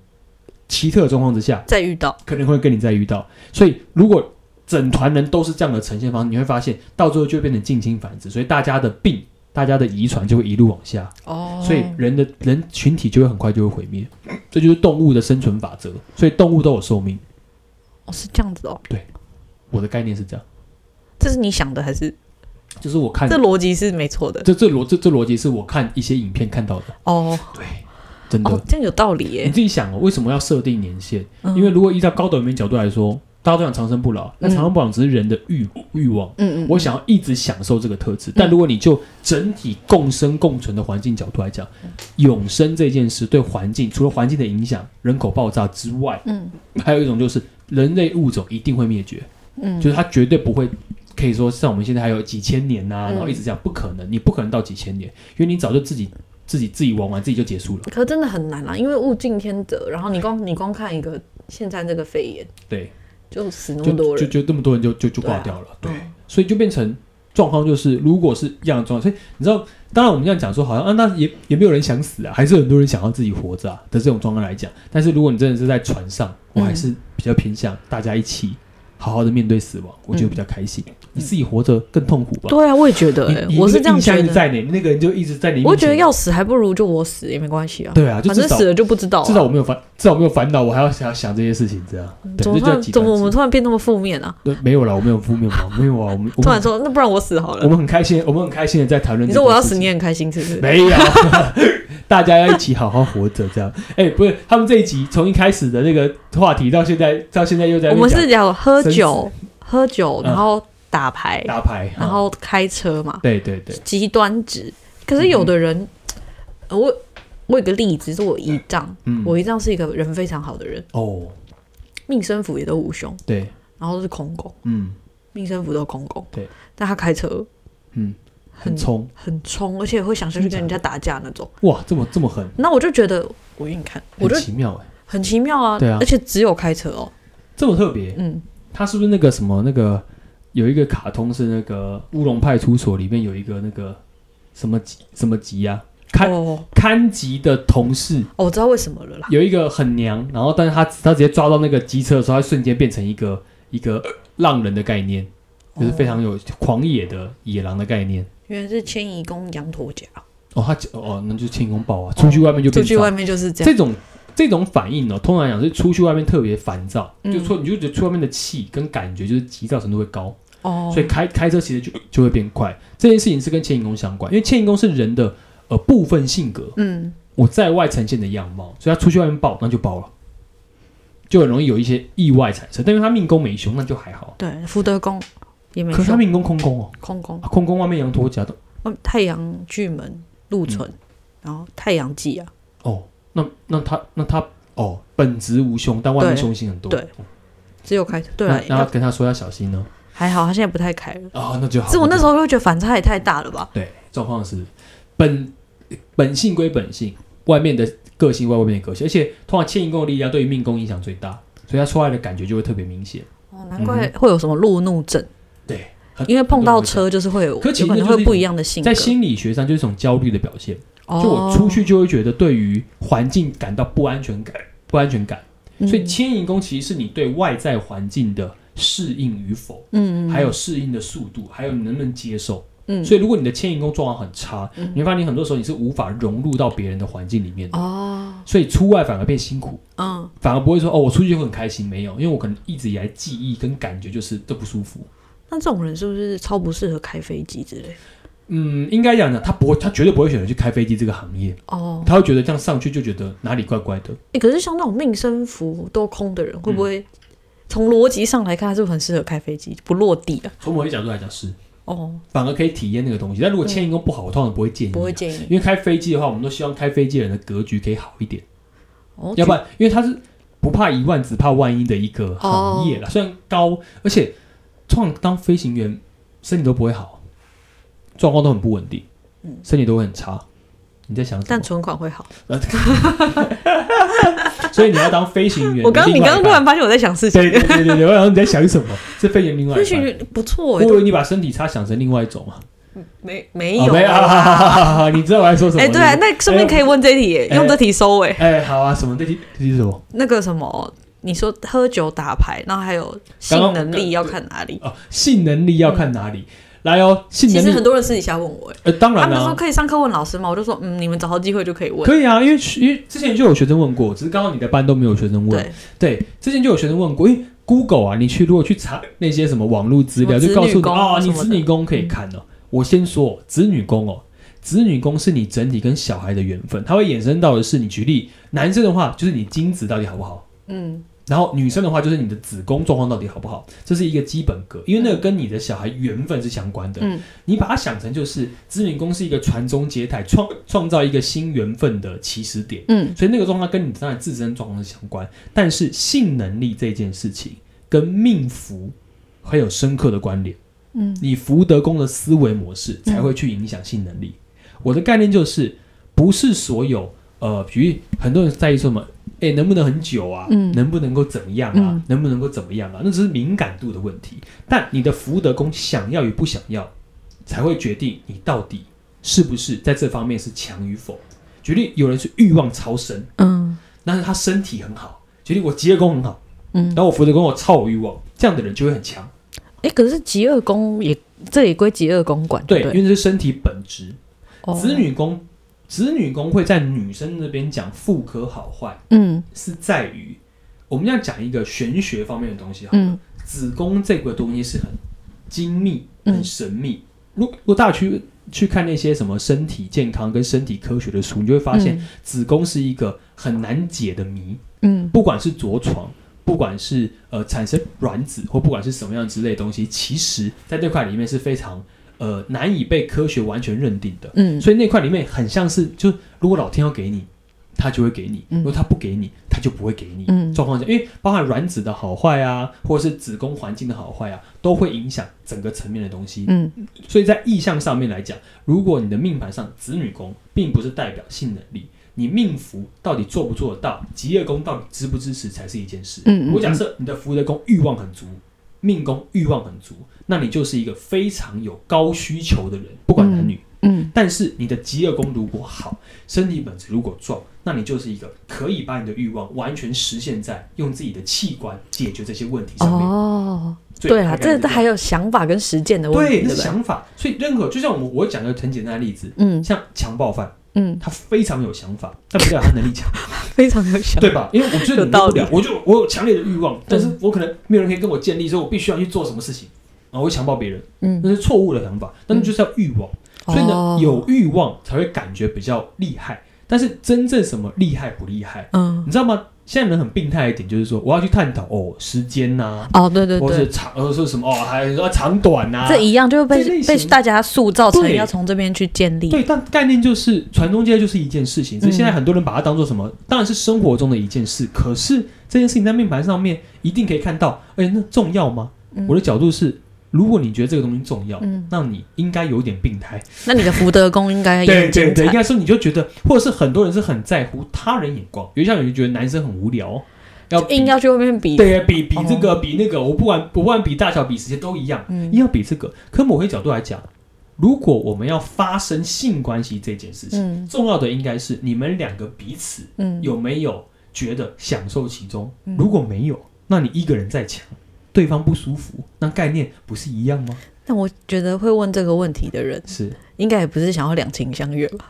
[SPEAKER 2] 奇特的状况之下，
[SPEAKER 1] 再遇到，
[SPEAKER 2] 可能会跟你再遇到。所以如果整团人都是这样的呈现方式，你会发现到最后就会变成近亲繁殖，所以大家的病、大家的遗传就会一路往下，
[SPEAKER 1] 哦
[SPEAKER 2] 所以人的人群体就会很快就会毁灭。这就是动物的生存法则，所以动物都有寿命。
[SPEAKER 1] 哦是这样子哦，
[SPEAKER 2] 我的概念是这样，
[SPEAKER 1] 这是你想的还是
[SPEAKER 2] 就是我看
[SPEAKER 1] 这逻辑是没错的
[SPEAKER 2] 这这逻这这逻辑是我看一些影片看到的，
[SPEAKER 1] 哦
[SPEAKER 2] 对，真的。
[SPEAKER 1] 哦，这样有道理
[SPEAKER 2] 你
[SPEAKER 1] 耶，
[SPEAKER 2] 自己想哦，为什么要设定年限？
[SPEAKER 1] 嗯
[SPEAKER 2] 因为如果依照高等文明角度来说，大家都想长生不老，那长生不老只是人的欲欲望。
[SPEAKER 1] 嗯嗯，
[SPEAKER 2] 我想要一直享受这个特质，但如果你就整体共生共存的环境角度来讲，永生这件事对环境除了环境的影响、人口爆炸之外，
[SPEAKER 1] 嗯
[SPEAKER 2] 还有一种就是人类物种一定会灭绝，
[SPEAKER 1] 嗯
[SPEAKER 2] 就是它绝对不会可以说像我们现在还有几千年呐、
[SPEAKER 1] 嗯
[SPEAKER 2] 然后一直这样，不可能，你不可能到几千年，因为你早就自己自己自己玩完自己就结束了。
[SPEAKER 1] 可真的很难啦，因为物竞天择。然后你光你光看一个现在这个肺炎，
[SPEAKER 2] 对，
[SPEAKER 1] 就死那
[SPEAKER 2] 就
[SPEAKER 1] 么多
[SPEAKER 2] 就
[SPEAKER 1] 人，
[SPEAKER 2] 就那么多人就就就
[SPEAKER 1] 对啊
[SPEAKER 2] 挂掉了，对，
[SPEAKER 1] 嗯
[SPEAKER 2] 所以就变成状况就是，如果是一样的状况，所以你知道，当然我们这样讲说，好像啊，那也也没有人想死啊，还是很多人想要自己活着啊的这种状况来讲，但是如果你真的是在船上，我还
[SPEAKER 1] 嗯
[SPEAKER 2] 是比较偏向大家一起好好的面对死亡，我觉得
[SPEAKER 1] 嗯
[SPEAKER 2] 比较开心，你自己活着更痛苦吧。
[SPEAKER 1] 对啊，我也觉得、欸
[SPEAKER 2] 你，你
[SPEAKER 1] 我是
[SPEAKER 2] 那个
[SPEAKER 1] 这样
[SPEAKER 2] 印象
[SPEAKER 1] 觉
[SPEAKER 2] 一直
[SPEAKER 1] 得。
[SPEAKER 2] 在你那个人就一直在你面前，
[SPEAKER 1] 我觉得要死还不如就我死也没关系啊，
[SPEAKER 2] 对啊，就
[SPEAKER 1] 反
[SPEAKER 2] 至
[SPEAKER 1] 正
[SPEAKER 2] 少
[SPEAKER 1] 死了就不知道、啊。
[SPEAKER 2] 至少我没有烦，至少我没有烦恼，我还要想想这些事情，这样对，
[SPEAKER 1] 怎么
[SPEAKER 2] 这
[SPEAKER 1] 突
[SPEAKER 2] 叫
[SPEAKER 1] 然
[SPEAKER 2] 极
[SPEAKER 1] 怎
[SPEAKER 2] 端
[SPEAKER 1] 么我
[SPEAKER 2] 主义
[SPEAKER 1] 们突然变那么负面啊？
[SPEAKER 2] 对没有啦，我没有负面嘛，没有啊，我们我
[SPEAKER 1] 突
[SPEAKER 2] 们
[SPEAKER 1] 然说那不然我死好
[SPEAKER 2] 我
[SPEAKER 1] 了，
[SPEAKER 2] 们很开心，我们很开心的在谈论。
[SPEAKER 1] 你说我要死你？很开心是不是？
[SPEAKER 2] 没有， 大家要一起好好活着，这样。哎、不是，他们这一集从一开始的那个话题到现在，到现在又在那
[SPEAKER 1] 我们
[SPEAKER 2] 边
[SPEAKER 1] 是
[SPEAKER 2] 讲
[SPEAKER 1] 聊喝酒
[SPEAKER 2] 生、
[SPEAKER 1] 喝酒，
[SPEAKER 2] 嗯
[SPEAKER 1] 然后打牌，
[SPEAKER 2] 打牌，
[SPEAKER 1] 然
[SPEAKER 2] 啊
[SPEAKER 1] 后开车嘛，
[SPEAKER 2] 对对对，
[SPEAKER 1] 极端值。可是有的人，呃我我有个例子，是我姨丈，
[SPEAKER 2] 嗯，
[SPEAKER 1] 我姨丈是一个人非常好的人，
[SPEAKER 2] 哦，
[SPEAKER 1] 命生符也都无凶，
[SPEAKER 2] 对，
[SPEAKER 1] 然后都是空工，
[SPEAKER 2] 嗯
[SPEAKER 1] 命生符都是空工。
[SPEAKER 2] 对，
[SPEAKER 1] 但他开车
[SPEAKER 2] 嗯，
[SPEAKER 1] 很
[SPEAKER 2] 很冲，
[SPEAKER 1] 很冲，而且会想下去
[SPEAKER 2] 真
[SPEAKER 1] 跟
[SPEAKER 2] 的
[SPEAKER 1] 人家打架那种。
[SPEAKER 2] 哇，这么这么狠，
[SPEAKER 1] 那我就觉得，我给你看，我
[SPEAKER 2] 嗯很
[SPEAKER 1] 就
[SPEAKER 2] 奇妙哎、
[SPEAKER 1] 很奇妙啊，
[SPEAKER 2] 对啊
[SPEAKER 1] 而且只有开车哦，
[SPEAKER 2] 这么特别。
[SPEAKER 1] 嗯，
[SPEAKER 2] 他是不是那个什么那个有一个卡通是那个乌龙派出所里面有一个那个什么吉什么吉啊？看
[SPEAKER 1] 哦，
[SPEAKER 2] 看吉的同事
[SPEAKER 1] 哦我知道为什么了啦，
[SPEAKER 2] 有一个很娘，然后但是他他直接抓到那个机车的时候，他瞬间变成一个一个浪人的概念，就是非常有狂野的野狼的概念。
[SPEAKER 1] 原来是迁移宫羊驼夹，
[SPEAKER 2] 哦，他哦，那就是天空豹啊，出去外面就
[SPEAKER 1] 出
[SPEAKER 2] 变
[SPEAKER 1] 去
[SPEAKER 2] 脏
[SPEAKER 1] 外面就是这样，
[SPEAKER 2] 这种这种反应呢、通常来讲是出去外面特别烦躁，
[SPEAKER 1] 嗯
[SPEAKER 2] 就出你就觉得出外面的气跟感觉就是急躁程度会高，
[SPEAKER 1] 哦，
[SPEAKER 2] 所以开开车其实就就会变快。这件事情是跟迁移宫相关，因为迁移宫是人的呃部分性格，
[SPEAKER 1] 嗯，
[SPEAKER 2] 我在外呈现的样貌，所以他出去外面爆，那就爆了，就很容易有一些意外产生。但因为他命宫没凶，那就还好。
[SPEAKER 1] 对，福德宫也没
[SPEAKER 2] 可是他
[SPEAKER 1] 凶，
[SPEAKER 2] 命宫空宫哦，
[SPEAKER 1] 空宫，
[SPEAKER 2] 啊空宫外面羊驼夹的
[SPEAKER 1] 哦太阳巨门、禄存，
[SPEAKER 2] 嗯
[SPEAKER 1] 然后太阳忌啊，
[SPEAKER 2] 哦，那那他那他哦，本质无凶，但外面
[SPEAKER 1] 对
[SPEAKER 2] 凶性很多。哦
[SPEAKER 1] 对只有开车，对
[SPEAKER 2] 那
[SPEAKER 1] 啊，
[SPEAKER 2] 那要
[SPEAKER 1] 要
[SPEAKER 2] 跟他说要小心呢。
[SPEAKER 1] 还好他现在不太开了，
[SPEAKER 2] 啊，那就好。
[SPEAKER 1] 是我那时
[SPEAKER 2] 候
[SPEAKER 1] 候就觉得反差也太大了吧，
[SPEAKER 2] 对状况是本本性归本性，外面的个性外外面的个性，而且通常迁移宫的力量对于命宫影响最大，所以他出来的感觉就会特别明显。
[SPEAKER 1] 哦，难怪会有什么路怒症，
[SPEAKER 2] 嗯对，很
[SPEAKER 1] 因为碰
[SPEAKER 2] 很多
[SPEAKER 1] 到
[SPEAKER 2] 人会这样
[SPEAKER 1] 车就是会有，
[SPEAKER 2] 可其实
[SPEAKER 1] 有可能
[SPEAKER 2] 那就是
[SPEAKER 1] 会
[SPEAKER 2] 一
[SPEAKER 1] 不
[SPEAKER 2] 种
[SPEAKER 1] 一样的性格
[SPEAKER 2] 在，心理学上就是一种焦虑的表现。
[SPEAKER 1] 哦
[SPEAKER 2] 就我出，去就会觉得对于环境感到不安全感，不安全感。
[SPEAKER 1] 嗯
[SPEAKER 2] 所以迁移宫其实是你对外在环境的适应与否，
[SPEAKER 1] 嗯，嗯
[SPEAKER 2] 还有适应的速度，还有你能不能接受。
[SPEAKER 1] 嗯
[SPEAKER 2] 所以如果你的迁移宫状况很差，你会发现你很多时候你是无法融入到别人的环境里面的，
[SPEAKER 1] 哦，
[SPEAKER 2] 所以出外反而变辛苦，
[SPEAKER 1] 嗯，
[SPEAKER 2] 反而不会说哦我出去就很开心，没有，因为我可能一直以来记忆跟感觉就是这不舒服。
[SPEAKER 1] 那这种人是不是超不适合开飞机之类的？
[SPEAKER 2] 嗯，应该讲呢，他不会，他绝对不会选择去开飞机这个行业，
[SPEAKER 1] 哦，
[SPEAKER 2] 他会觉得这样上去就觉得哪里怪怪的。
[SPEAKER 1] 欸可是像那种命生符都空的人，会不
[SPEAKER 2] 嗯
[SPEAKER 1] 会从逻辑上来看，他是不是很适合开飞机，不落地啊？
[SPEAKER 2] 从某些角度来讲是，
[SPEAKER 1] 哦，
[SPEAKER 2] 反而可以体验那个东西。但如果迁移宫不好，我通常不会建议啊、
[SPEAKER 1] 不会建议。
[SPEAKER 2] 因为开飞机的话，我们都希望开飞机的人的格局可以好一点，
[SPEAKER 1] 哦，
[SPEAKER 2] 要不然因为它是不怕一万，只怕万一的一个行业
[SPEAKER 1] 哦
[SPEAKER 2] 啦。虽然高，而且通常当飞行员身体都不会好，状况都很不稳定，
[SPEAKER 1] 嗯
[SPEAKER 2] 身体都会很差。你在想什
[SPEAKER 1] 但
[SPEAKER 2] 么？
[SPEAKER 1] 存款会好。
[SPEAKER 2] 所以你要当飞行 员，
[SPEAKER 1] 我刚刚
[SPEAKER 2] 的
[SPEAKER 1] 你
[SPEAKER 2] 另
[SPEAKER 1] 刚刚
[SPEAKER 2] 外
[SPEAKER 1] 突
[SPEAKER 2] 一半
[SPEAKER 1] 然发现我在想事情，
[SPEAKER 2] 对对对对对，我想你在想什么？是飞行员另外
[SPEAKER 1] 飞
[SPEAKER 2] 一
[SPEAKER 1] 行
[SPEAKER 2] 半，
[SPEAKER 1] 员不错
[SPEAKER 2] 我
[SPEAKER 1] 哎
[SPEAKER 2] 以，为你把身体差想成另外一种啊。
[SPEAKER 1] 没没有
[SPEAKER 2] 哦没有哈
[SPEAKER 1] 啊？
[SPEAKER 2] 哈哈 哈，你知道我在说什么？
[SPEAKER 1] 哎，对啊，那顺便可以问这题耶，
[SPEAKER 2] 哎
[SPEAKER 1] 用这题收尾。
[SPEAKER 2] 哎、好啊，什么？这题这题是什么？
[SPEAKER 1] 那个什么，你说喝酒打牌，然后还有性
[SPEAKER 2] 刚刚
[SPEAKER 1] 能力要看哪里？
[SPEAKER 2] 哦，性能力要看哪里。来哦，性
[SPEAKER 1] 其
[SPEAKER 2] 能
[SPEAKER 1] 实很
[SPEAKER 2] 力，
[SPEAKER 1] 多人私底下问我，哎，
[SPEAKER 2] 呃，当
[SPEAKER 1] 他
[SPEAKER 2] 然
[SPEAKER 1] 们
[SPEAKER 2] 啦、
[SPEAKER 1] 说可以上课问老师吗？我就说，嗯，你们找到机会就可以问。
[SPEAKER 2] 可以啊，因为因为之前就有学生问过，只是刚好你的班都没有学生问。
[SPEAKER 1] 对，
[SPEAKER 2] 对，之前就有学生问过，因为 Google 啊，你去如果去查那些什么网络资料，
[SPEAKER 1] 什么子女
[SPEAKER 2] 就告诉你
[SPEAKER 1] 宫
[SPEAKER 2] 哦，
[SPEAKER 1] 什
[SPEAKER 2] 你
[SPEAKER 1] 么的
[SPEAKER 2] 子女宫可以看哦。我先说哦子女宫哦，子女宫是你整体跟小孩的缘分，它会衍生到的是，你举例，男生的话就是你精子到底好不好。
[SPEAKER 1] 嗯，
[SPEAKER 2] 然后女生的话，就是你的子宫状况到底好不好，这是一个基本格，因为那个跟你的小孩缘分是相关的。
[SPEAKER 1] 嗯，
[SPEAKER 2] 你把它想成就是子女宫是一个传宗接代、创创造一个新缘分的起始点，
[SPEAKER 1] 嗯，
[SPEAKER 2] 所以那个状况跟你当然自身状况是相关，但是性能力这件事情跟命福很有深刻的关联。
[SPEAKER 1] 嗯，
[SPEAKER 2] 你福德宫的思维模式才会去影响性能力。我的概念就是，不是所有呃，比如很多人在意说什么，哎、能不能很久啊？
[SPEAKER 1] 嗯
[SPEAKER 2] 能不能够怎么样啊？
[SPEAKER 1] 嗯
[SPEAKER 2] 能不能够怎么样啊？那只是敏感度的问题。但你的福德宫想要与不想要，才会决定你到底是不是在这方面是强与否。举例，有人是欲望超生，
[SPEAKER 1] 嗯，
[SPEAKER 2] 但是他身体很好。举例，我吉业宫很好，
[SPEAKER 1] 嗯
[SPEAKER 2] 然后我福德宫我超有欲望，这样的人就会很强。
[SPEAKER 1] 哎，可是极恶宫也，这也归极恶宫管，
[SPEAKER 2] 对，
[SPEAKER 1] 不
[SPEAKER 2] 因为这是身体本质。
[SPEAKER 1] 哦
[SPEAKER 2] 子女宫，子女宫会在女生那边讲妇科好坏，
[SPEAKER 1] 嗯
[SPEAKER 2] 是在于我们要讲一个玄学方面的东西哈。
[SPEAKER 1] 嗯
[SPEAKER 2] 子宫这个东西是很精密、
[SPEAKER 1] 嗯
[SPEAKER 2] 很神秘。如如果大家去去看那些什么身体健康跟身体科学的书，你就会发现子宫是一个很难解的谜，
[SPEAKER 1] 嗯
[SPEAKER 2] 不管是着床。不管是呃产生卵子或不管是什么样之类的东西，其实在这块里面是非常呃难以被科学完全认定的。
[SPEAKER 1] 嗯
[SPEAKER 2] 所以那块里面很像是，就是如果老天要给你，他就会给你；
[SPEAKER 1] 嗯
[SPEAKER 2] 如果他不给你，他就不会给你。
[SPEAKER 1] 嗯
[SPEAKER 2] 状况下，因为包含卵子的好坏啊，或者是子宫环境的好坏啊，都会影响整个层面的东西。
[SPEAKER 1] 嗯
[SPEAKER 2] 所以在意向上面来讲，如果你的命盘上子女宫并不是代表性能力，你命福到底做不做得到，吉业宫到底支不支持才是一件事。
[SPEAKER 1] 嗯嗯
[SPEAKER 2] 我假设你的福德宫欲望很足，命宫欲望很足，那你就是一个非常有高需求的人，不管男女。
[SPEAKER 1] 嗯
[SPEAKER 2] 但是你的极恶宫如果好，身体本质如果壮，那你就是一个可以把你的欲望完全实现在用自己的器官解决这些问题上面。
[SPEAKER 1] 哦，
[SPEAKER 2] 所以
[SPEAKER 1] 对啊，
[SPEAKER 2] 大概
[SPEAKER 1] 这
[SPEAKER 2] 是
[SPEAKER 1] 这
[SPEAKER 2] 这
[SPEAKER 1] 还
[SPEAKER 2] 有
[SPEAKER 1] 有想法跟实践的问
[SPEAKER 2] 对
[SPEAKER 1] 题，
[SPEAKER 2] 那是
[SPEAKER 1] 不对？
[SPEAKER 2] 想法。所以任何就像我们我讲一个很简单的例子，
[SPEAKER 1] 嗯
[SPEAKER 2] 像强暴犯，
[SPEAKER 1] 嗯，
[SPEAKER 2] 他非常有想法，但不代表他能力强，
[SPEAKER 1] 非常有想，
[SPEAKER 2] 对 吧？因为我就是
[SPEAKER 1] 有
[SPEAKER 2] 忍
[SPEAKER 1] 道
[SPEAKER 2] 受不
[SPEAKER 1] 理嗯
[SPEAKER 2] 了，我就我有强烈的欲望，但是我可能没有人可以跟我建立，说我必须要去做什么事情啊，我会强暴别人，
[SPEAKER 1] 嗯，
[SPEAKER 2] 那是错误的想法，但是就是要欲望。所以呢
[SPEAKER 1] 哦，
[SPEAKER 2] 有欲望才会感觉比较厉害。但是真正什么厉害不厉害，
[SPEAKER 1] 嗯
[SPEAKER 2] 你知道吗？现在人很病态一点，就是说我要去探讨哦，时间呐、
[SPEAKER 1] 哦，对对
[SPEAKER 2] 或
[SPEAKER 1] 对
[SPEAKER 2] 是。长，或是什么哦，还有说长短啊呐、
[SPEAKER 1] 这一样就会
[SPEAKER 2] 这
[SPEAKER 1] 被
[SPEAKER 2] 类
[SPEAKER 1] 被
[SPEAKER 2] 型
[SPEAKER 1] 大家塑造成
[SPEAKER 2] 对
[SPEAKER 1] 要从这边去建立，
[SPEAKER 2] 对，但概念就是传宗接代就是一件事情，只是现在
[SPEAKER 1] 嗯
[SPEAKER 2] 很多人把它当做什么？当然是生活中的一件事，可是这件事情在命盘上面一定可以看到，哎，那重要吗？
[SPEAKER 1] 嗯
[SPEAKER 2] 我的角度是，如果你觉得这个东西重要，
[SPEAKER 1] 嗯
[SPEAKER 2] 那你应该有点病态。
[SPEAKER 1] 那你的福德宫应该也
[SPEAKER 2] 对
[SPEAKER 1] 很
[SPEAKER 2] 对
[SPEAKER 1] 精
[SPEAKER 2] 对，应
[SPEAKER 1] 彩。
[SPEAKER 2] 该说你就觉得，或者是很多人是很在乎他人眼光，有些像有人觉得男生很无聊，要比
[SPEAKER 1] 硬要去外面比，
[SPEAKER 2] 对比比
[SPEAKER 1] 哦
[SPEAKER 2] 这个、比那个，我不管我不管比大小比时间都一样，
[SPEAKER 1] 嗯
[SPEAKER 2] 硬要比这个。可某些角度来讲，如果我们要发生性关系这件事情，
[SPEAKER 1] 嗯
[SPEAKER 2] 重要的应该是你们两个彼此
[SPEAKER 1] 嗯，
[SPEAKER 2] 有没有觉得享受其中
[SPEAKER 1] 嗯。
[SPEAKER 2] 如果没有，那你一个人在强，对方不舒服，那概念不是一样吗？
[SPEAKER 1] 但我觉得会问这个问题的人，
[SPEAKER 2] 是。
[SPEAKER 1] 应该也不是想要两情相悦 吧？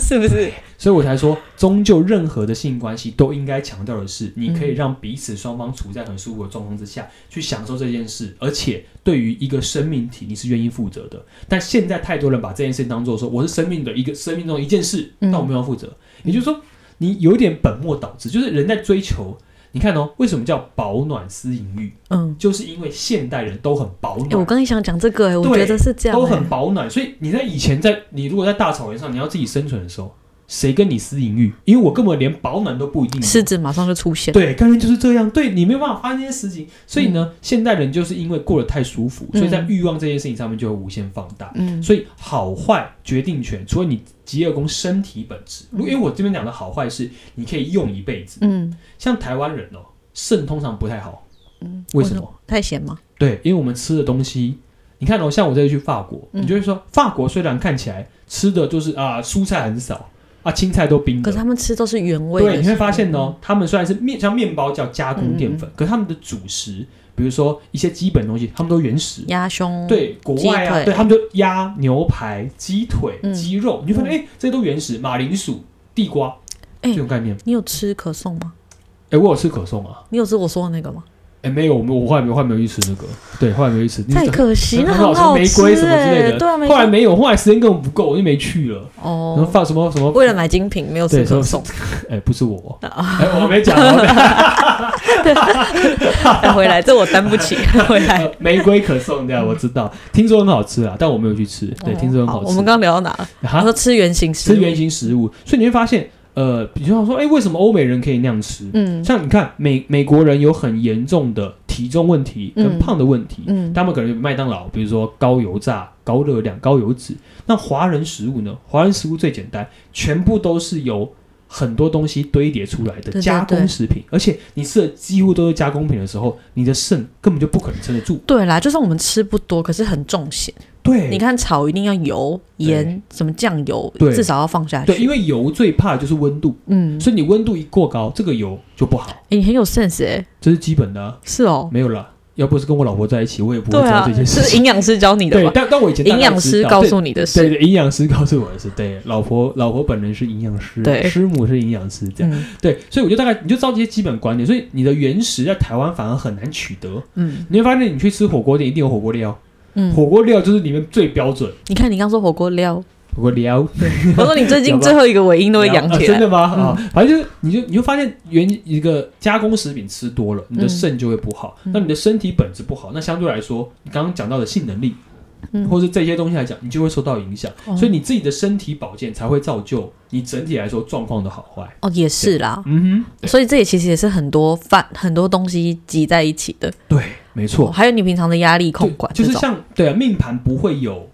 [SPEAKER 1] 是不是？
[SPEAKER 2] 所以我才说，终究任何的性关系都应该强调的是，你可以让彼此双方处在很舒服的状况之下，去享受这件事，而且对于一个生命体，你是愿意负责的。但现在太多人把这件事当做说，我是生命的一个生命中的一件事，
[SPEAKER 1] 嗯
[SPEAKER 2] 但我没有要负责。也就是说，你有点本末倒置，就是人在追求。你看哦，为什么叫保暖思淫欲？
[SPEAKER 1] 嗯，
[SPEAKER 2] 就是因为现代人都很保暖
[SPEAKER 1] 哎，，我刚才想讲这个，哎，我
[SPEAKER 2] 对
[SPEAKER 1] 觉得是这样，
[SPEAKER 2] 都
[SPEAKER 1] 哎
[SPEAKER 2] 很保暖。所以你在以前在你如果在大草原上，你要自己生存的时候，谁跟你私淫欲？因为我根本连保暖都不一定有。
[SPEAKER 1] 狮子马上就出现，
[SPEAKER 2] 对，概念就是这样。对你没有办法发现这些事情，所以呢，现代人就是因为过得太舒服，所以在
[SPEAKER 1] 嗯
[SPEAKER 2] 欲望这件事情上面就会无限放大。
[SPEAKER 1] 嗯
[SPEAKER 2] 所以好坏决定权，除了你极恶宫身体本质，如因为我这边讲的好坏是你可以用一辈子，
[SPEAKER 1] 嗯
[SPEAKER 2] 像台湾人哦，肾通常不太好，
[SPEAKER 1] 嗯，
[SPEAKER 2] 为什么？
[SPEAKER 1] 太咸吗？
[SPEAKER 2] 对，因为我们吃的东西你看哦，像我这次去法国，
[SPEAKER 1] 嗯
[SPEAKER 2] 你就会说，法国虽然看起来吃的就是啊蔬菜很少啊青菜都冰
[SPEAKER 1] 可
[SPEAKER 2] 的
[SPEAKER 1] 是，他们吃都是原味的
[SPEAKER 2] 对，你会发现哦，他们虽然是面像面包叫加工淀
[SPEAKER 1] 嗯
[SPEAKER 2] 粉，可是他们的主食，比如说一些基本东西，他们都原始
[SPEAKER 1] 食物，。鸭胸，，
[SPEAKER 2] 对，国外
[SPEAKER 1] 鸡
[SPEAKER 2] 啊，
[SPEAKER 1] 腿
[SPEAKER 2] 对他们就鸭、牛排、鸡腿、
[SPEAKER 1] 嗯
[SPEAKER 2] 鸡肉，你就发现哎、这些都原始，马铃薯、地瓜，
[SPEAKER 1] 哎
[SPEAKER 2] 这种概念。
[SPEAKER 1] 你有吃可颂吗？
[SPEAKER 2] 哎，我有吃可颂啊，
[SPEAKER 1] 你有吃我说的那个吗？
[SPEAKER 2] 哎，没有，我们我后来没有，后来没有去吃那个，对，后来没有去吃。
[SPEAKER 1] 太
[SPEAKER 2] 那个
[SPEAKER 1] 可惜，
[SPEAKER 2] 很
[SPEAKER 1] 那
[SPEAKER 2] 好吃
[SPEAKER 1] 好
[SPEAKER 2] 玫
[SPEAKER 1] 吃
[SPEAKER 2] 瑰什么之类
[SPEAKER 1] 哎
[SPEAKER 2] 的
[SPEAKER 1] 对啊，玫
[SPEAKER 2] 后来
[SPEAKER 1] 瑰
[SPEAKER 2] 没有，后来时间根本不够，我就没去了。然后
[SPEAKER 1] 哦，
[SPEAKER 2] 放什么什么，
[SPEAKER 1] 为了买精品没有吃
[SPEAKER 2] 对
[SPEAKER 1] 可颂，
[SPEAKER 2] 哎，不是我，
[SPEAKER 1] 哦
[SPEAKER 2] 哎，我没讲，我没
[SPEAKER 1] 再 回来，这我担不 起，回来。
[SPEAKER 2] 呃 玫瑰可颂这样，我知道，听说很好吃啊，但我没有去吃。对，听说很好吃。
[SPEAKER 1] 哦我们刚刚聊到哪了？
[SPEAKER 2] 啊
[SPEAKER 1] 他说吃原型食物，
[SPEAKER 2] 吃原型食物，所以你会发现，呃，比方说，哎、为什么欧美人可以那样吃？
[SPEAKER 1] 嗯
[SPEAKER 2] 像你看美美国人有很严重的体重问题跟
[SPEAKER 1] 嗯
[SPEAKER 2] 胖的问题，
[SPEAKER 1] 嗯，
[SPEAKER 2] 他们可能有麦当劳，比如说高油炸、高热量、高油脂。那华人食物呢？华人食物最简单，全部都是由很多东西堆叠出来
[SPEAKER 1] 对
[SPEAKER 2] 的
[SPEAKER 1] 对
[SPEAKER 2] 加工
[SPEAKER 1] 对
[SPEAKER 2] 食品，而且你吃的几乎都是加工品的时候，你的肾根本就不可能撑得住。
[SPEAKER 1] 对啦，就算我们吃不多，可是很重咸。
[SPEAKER 2] 对，
[SPEAKER 1] 你看炒一定要油、盐，什么酱油，
[SPEAKER 2] 对
[SPEAKER 1] 至少要放下去。
[SPEAKER 2] 对，因为油最怕的就是温度，
[SPEAKER 1] 嗯，
[SPEAKER 2] 所以你温度一过高，这个油就不好，
[SPEAKER 1] 诶你很有 sense 哎、
[SPEAKER 2] 这是基本的啊、
[SPEAKER 1] 是哦，
[SPEAKER 2] 没有啦，要不是跟我老婆在一起，我也不会
[SPEAKER 1] 对
[SPEAKER 2] 知道
[SPEAKER 1] 啊
[SPEAKER 2] 这，件事
[SPEAKER 1] 是
[SPEAKER 2] 情。
[SPEAKER 1] 营养师教你的
[SPEAKER 2] 对，
[SPEAKER 1] 吧？
[SPEAKER 2] 但但我以前大概
[SPEAKER 1] 营养
[SPEAKER 2] 知
[SPEAKER 1] 师
[SPEAKER 2] 道
[SPEAKER 1] 告诉你的
[SPEAKER 2] 对
[SPEAKER 1] 是，
[SPEAKER 2] 对对，营养师告诉我的是对，老婆老婆本人是营养师，
[SPEAKER 1] 对
[SPEAKER 2] 师母是营养师，这样、
[SPEAKER 1] 嗯
[SPEAKER 2] 对，所以我就大概你就知道这些基本观点，所以你的原食在台湾反而很难取得，
[SPEAKER 1] 嗯
[SPEAKER 2] 你会发现你去吃火锅店一定有火锅料，
[SPEAKER 1] 嗯，
[SPEAKER 2] 火锅料就是里面最标准
[SPEAKER 1] 你看你刚说火锅 料，
[SPEAKER 2] 火锅料，
[SPEAKER 1] 我说你最近最后一个尾音都会扬
[SPEAKER 2] 啊
[SPEAKER 1] 起
[SPEAKER 2] 真
[SPEAKER 1] 来，嗯
[SPEAKER 2] 的吗？啊，反正就是你就你就发现原一个加工食品吃多了，你的
[SPEAKER 1] 嗯
[SPEAKER 2] 肾就会不好，
[SPEAKER 1] 嗯
[SPEAKER 2] 那你的身体本质不好，那相对来说，你刚刚讲到的性能力，
[SPEAKER 1] 嗯
[SPEAKER 2] 或是这些东西来讲，你就会受到影响，
[SPEAKER 1] 哦
[SPEAKER 2] 所以你自己的身体保健才会造就你整体来说状况的好坏。
[SPEAKER 1] 哦也是啦，
[SPEAKER 2] 嗯哼，
[SPEAKER 1] 所以这也其实也是很多饭很多东西集在一起的，
[SPEAKER 2] 对，没
[SPEAKER 1] 哦
[SPEAKER 2] 错，
[SPEAKER 1] 还有你平常的压力控管
[SPEAKER 2] 就
[SPEAKER 1] 这
[SPEAKER 2] 就是
[SPEAKER 1] 种，
[SPEAKER 2] 像对啊，命盘不会有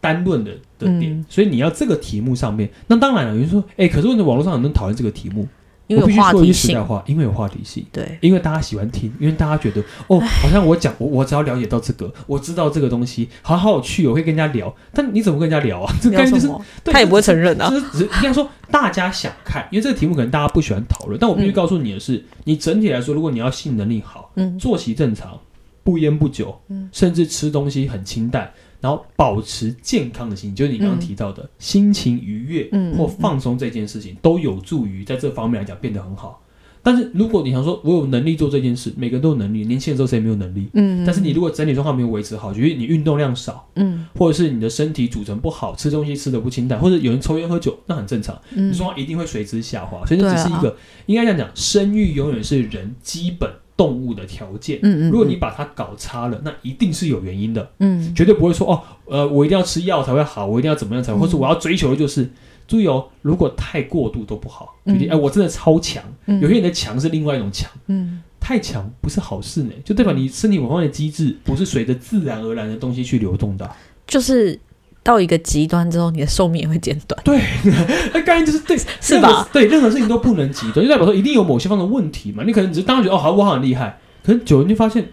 [SPEAKER 2] 单论的的点，
[SPEAKER 1] 嗯
[SPEAKER 2] 所以你要这个题目上面，那当然了，有人说，哎，可是为什么网络上很多人讨论这个题目？
[SPEAKER 1] 因为
[SPEAKER 2] 我必
[SPEAKER 1] 有
[SPEAKER 2] 须
[SPEAKER 1] 话
[SPEAKER 2] 说一
[SPEAKER 1] 题
[SPEAKER 2] 句实在
[SPEAKER 1] 性，
[SPEAKER 2] 话，因为有话题性。
[SPEAKER 1] 对，
[SPEAKER 2] 因为大家喜欢听，因为大家觉得哦，好像我讲我我只要了解到这个，我知道这个东西，好好有趣哦，我会跟人家聊。但你怎么跟人家聊啊？这个概
[SPEAKER 1] 聊什
[SPEAKER 2] 念就是
[SPEAKER 1] 么？
[SPEAKER 2] 对
[SPEAKER 1] 他也不会
[SPEAKER 2] 就是
[SPEAKER 1] 承认啊，
[SPEAKER 2] 就是只是应该说大家想看，因为这个题目可能大家不喜欢讨论。但我必
[SPEAKER 1] 嗯
[SPEAKER 2] 须告诉你的是，你整体来说，如果你要性能力好，
[SPEAKER 1] 嗯
[SPEAKER 2] 作息正常，不烟不酒，
[SPEAKER 1] 嗯
[SPEAKER 2] 甚至吃东西很清淡，然后保持健康的心，就是你刚刚
[SPEAKER 1] 嗯
[SPEAKER 2] 提到的、心情愉悦
[SPEAKER 1] 嗯嗯
[SPEAKER 2] 或放松这件事情，都有助于在这方面来讲变得很好。但是如果你想说，我有能力做这件事，每个人都有能力，年轻的时候谁没有能力？
[SPEAKER 1] 嗯，
[SPEAKER 2] 但是你如果整体状况没有维持好，就是你运动量少，
[SPEAKER 1] 嗯
[SPEAKER 2] 或者是你的身体组成不好，吃东西吃的不清淡，或者有人抽烟喝酒，那很正常，
[SPEAKER 1] 嗯
[SPEAKER 2] 你说一定会随之下滑。所以这只是一
[SPEAKER 1] 对啊
[SPEAKER 2] 个，应该这样讲，生育永远是人基本动物的条件。
[SPEAKER 1] 嗯嗯，
[SPEAKER 2] 如果你把它搞差了，那一定是有原因的，
[SPEAKER 1] 嗯
[SPEAKER 2] 绝对不会说哦，呃，我一定要吃药才会好，我一定要怎么样才会，
[SPEAKER 1] 嗯
[SPEAKER 2] 或者我要追求的就是，注意哦，如果太过度都不好。
[SPEAKER 1] 嗯
[SPEAKER 2] 决定哎，我真的超强，
[SPEAKER 1] 嗯
[SPEAKER 2] 有些人的强是另外一种强，
[SPEAKER 1] 嗯
[SPEAKER 2] 太强不是好事呢，就代表你身体某方面的机制不是随着自然而然的东西去流动的啊。
[SPEAKER 1] 就是到一个极端之后，你的寿命也会减短，
[SPEAKER 2] 那概念就是对，
[SPEAKER 1] 是吧
[SPEAKER 2] 任何？对，任何事情都不能极端，就代表说一定有某些方面的问题嘛。你可能只是当时觉得哦，好，我好像很厉害，可是久了你就发现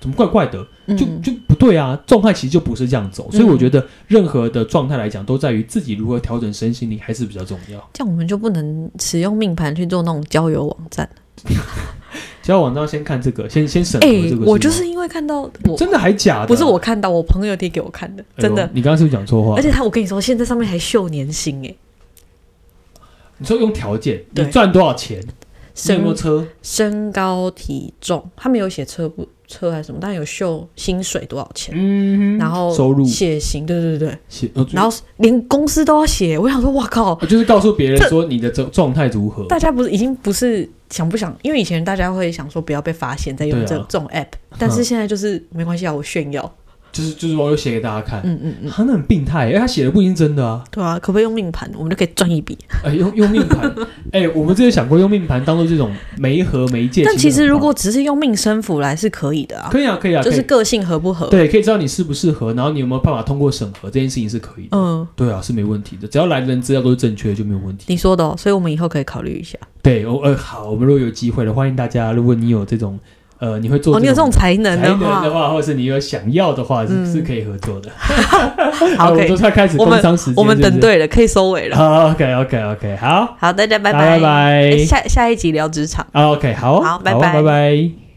[SPEAKER 2] 怎么怪怪的，就
[SPEAKER 1] 嗯
[SPEAKER 2] 就不对啊。状态其实就不是这样走，所以我觉得任何的状态来讲，都在于自己如何调整身心灵还是比较重要。
[SPEAKER 1] 这样我们就不能使用命盘去做那种交友网站。
[SPEAKER 2] 交友网站先看这个，先先审核
[SPEAKER 1] 哎、
[SPEAKER 2] 这个吗。
[SPEAKER 1] 我就是因为看到我，
[SPEAKER 2] 真的还假的？啊
[SPEAKER 1] 不是我看到，我朋友贴给我看的，
[SPEAKER 2] 哎呦，
[SPEAKER 1] 真的。
[SPEAKER 2] 你刚刚是不是讲错话？
[SPEAKER 1] 而且他，我跟你说，现在上面还秀年薪哎、
[SPEAKER 2] 你说用条件，你
[SPEAKER 1] 对
[SPEAKER 2] 赚多少钱，你有没有
[SPEAKER 1] 身
[SPEAKER 2] 车？
[SPEAKER 1] 身高体重，他没有写车不车还是什么，但有秀薪水多少钱，
[SPEAKER 2] 嗯
[SPEAKER 1] 然后
[SPEAKER 2] 收入
[SPEAKER 1] 写薪，对对对对，
[SPEAKER 2] 写，呃哦
[SPEAKER 1] 然后连公司都要写，我想说，哇靠，
[SPEAKER 2] 就是告诉别人说你的状状态如何。
[SPEAKER 1] 大家不是已经不是想不想？因为以前大家会想说不要被发现，在用这、
[SPEAKER 2] 对啊
[SPEAKER 1] 这种 app，但是现在就是没关系啊，我炫耀。
[SPEAKER 2] 就是就是我有写给大家看，
[SPEAKER 1] 嗯嗯嗯，
[SPEAKER 2] 他那很病态，因为他写的不一定真的啊。
[SPEAKER 1] 对啊，可不可以用命盘？我们就可以赚一笔。
[SPEAKER 2] 哎、用用命盘， 哎、我们之前想过用命盘当做这种媒合媒介，
[SPEAKER 1] 但其
[SPEAKER 2] 很
[SPEAKER 1] 实
[SPEAKER 2] 棒
[SPEAKER 1] 如果只是用命生符来是可以的啊，
[SPEAKER 2] 可以啊，可以啊，
[SPEAKER 1] 就是
[SPEAKER 2] 可以
[SPEAKER 1] 个性合不合。
[SPEAKER 2] 对，可以知道你适不适合，然后你有没有办法通过审核这件事情是可以的。
[SPEAKER 1] 嗯，
[SPEAKER 2] 对啊，是没问题的，只要来的人资料都是正确的就没有问题。
[SPEAKER 1] 你说的、哦，所以我们以后可以考虑一下。
[SPEAKER 2] 对，哦，呃，好，我们如果有机会的，欢迎大家，如果你有这种呃，你会做
[SPEAKER 1] 哦，你有这种
[SPEAKER 2] 种
[SPEAKER 1] 才能
[SPEAKER 2] 才
[SPEAKER 1] 的
[SPEAKER 2] 能
[SPEAKER 1] 话，
[SPEAKER 2] 的话，或者是你有想要的话，是
[SPEAKER 1] 嗯
[SPEAKER 2] 是可以合作的。
[SPEAKER 1] 好，
[SPEAKER 2] 啊
[SPEAKER 1] 可
[SPEAKER 2] 我
[SPEAKER 1] 以
[SPEAKER 2] 都，快开始
[SPEAKER 1] 我们
[SPEAKER 2] 工商时间，
[SPEAKER 1] 我们
[SPEAKER 2] 是不
[SPEAKER 1] 等
[SPEAKER 2] 是。
[SPEAKER 1] 对了，可以收尾了。
[SPEAKER 2] 好，OK，OK，OK，好，
[SPEAKER 1] 好，大家拜
[SPEAKER 2] 拜
[SPEAKER 1] 拜。
[SPEAKER 2] 拜
[SPEAKER 1] 诶下下一集聊职场。
[SPEAKER 2] 啊，OK，好，
[SPEAKER 1] 好拜
[SPEAKER 2] 拜
[SPEAKER 1] 拜
[SPEAKER 2] 拜拜。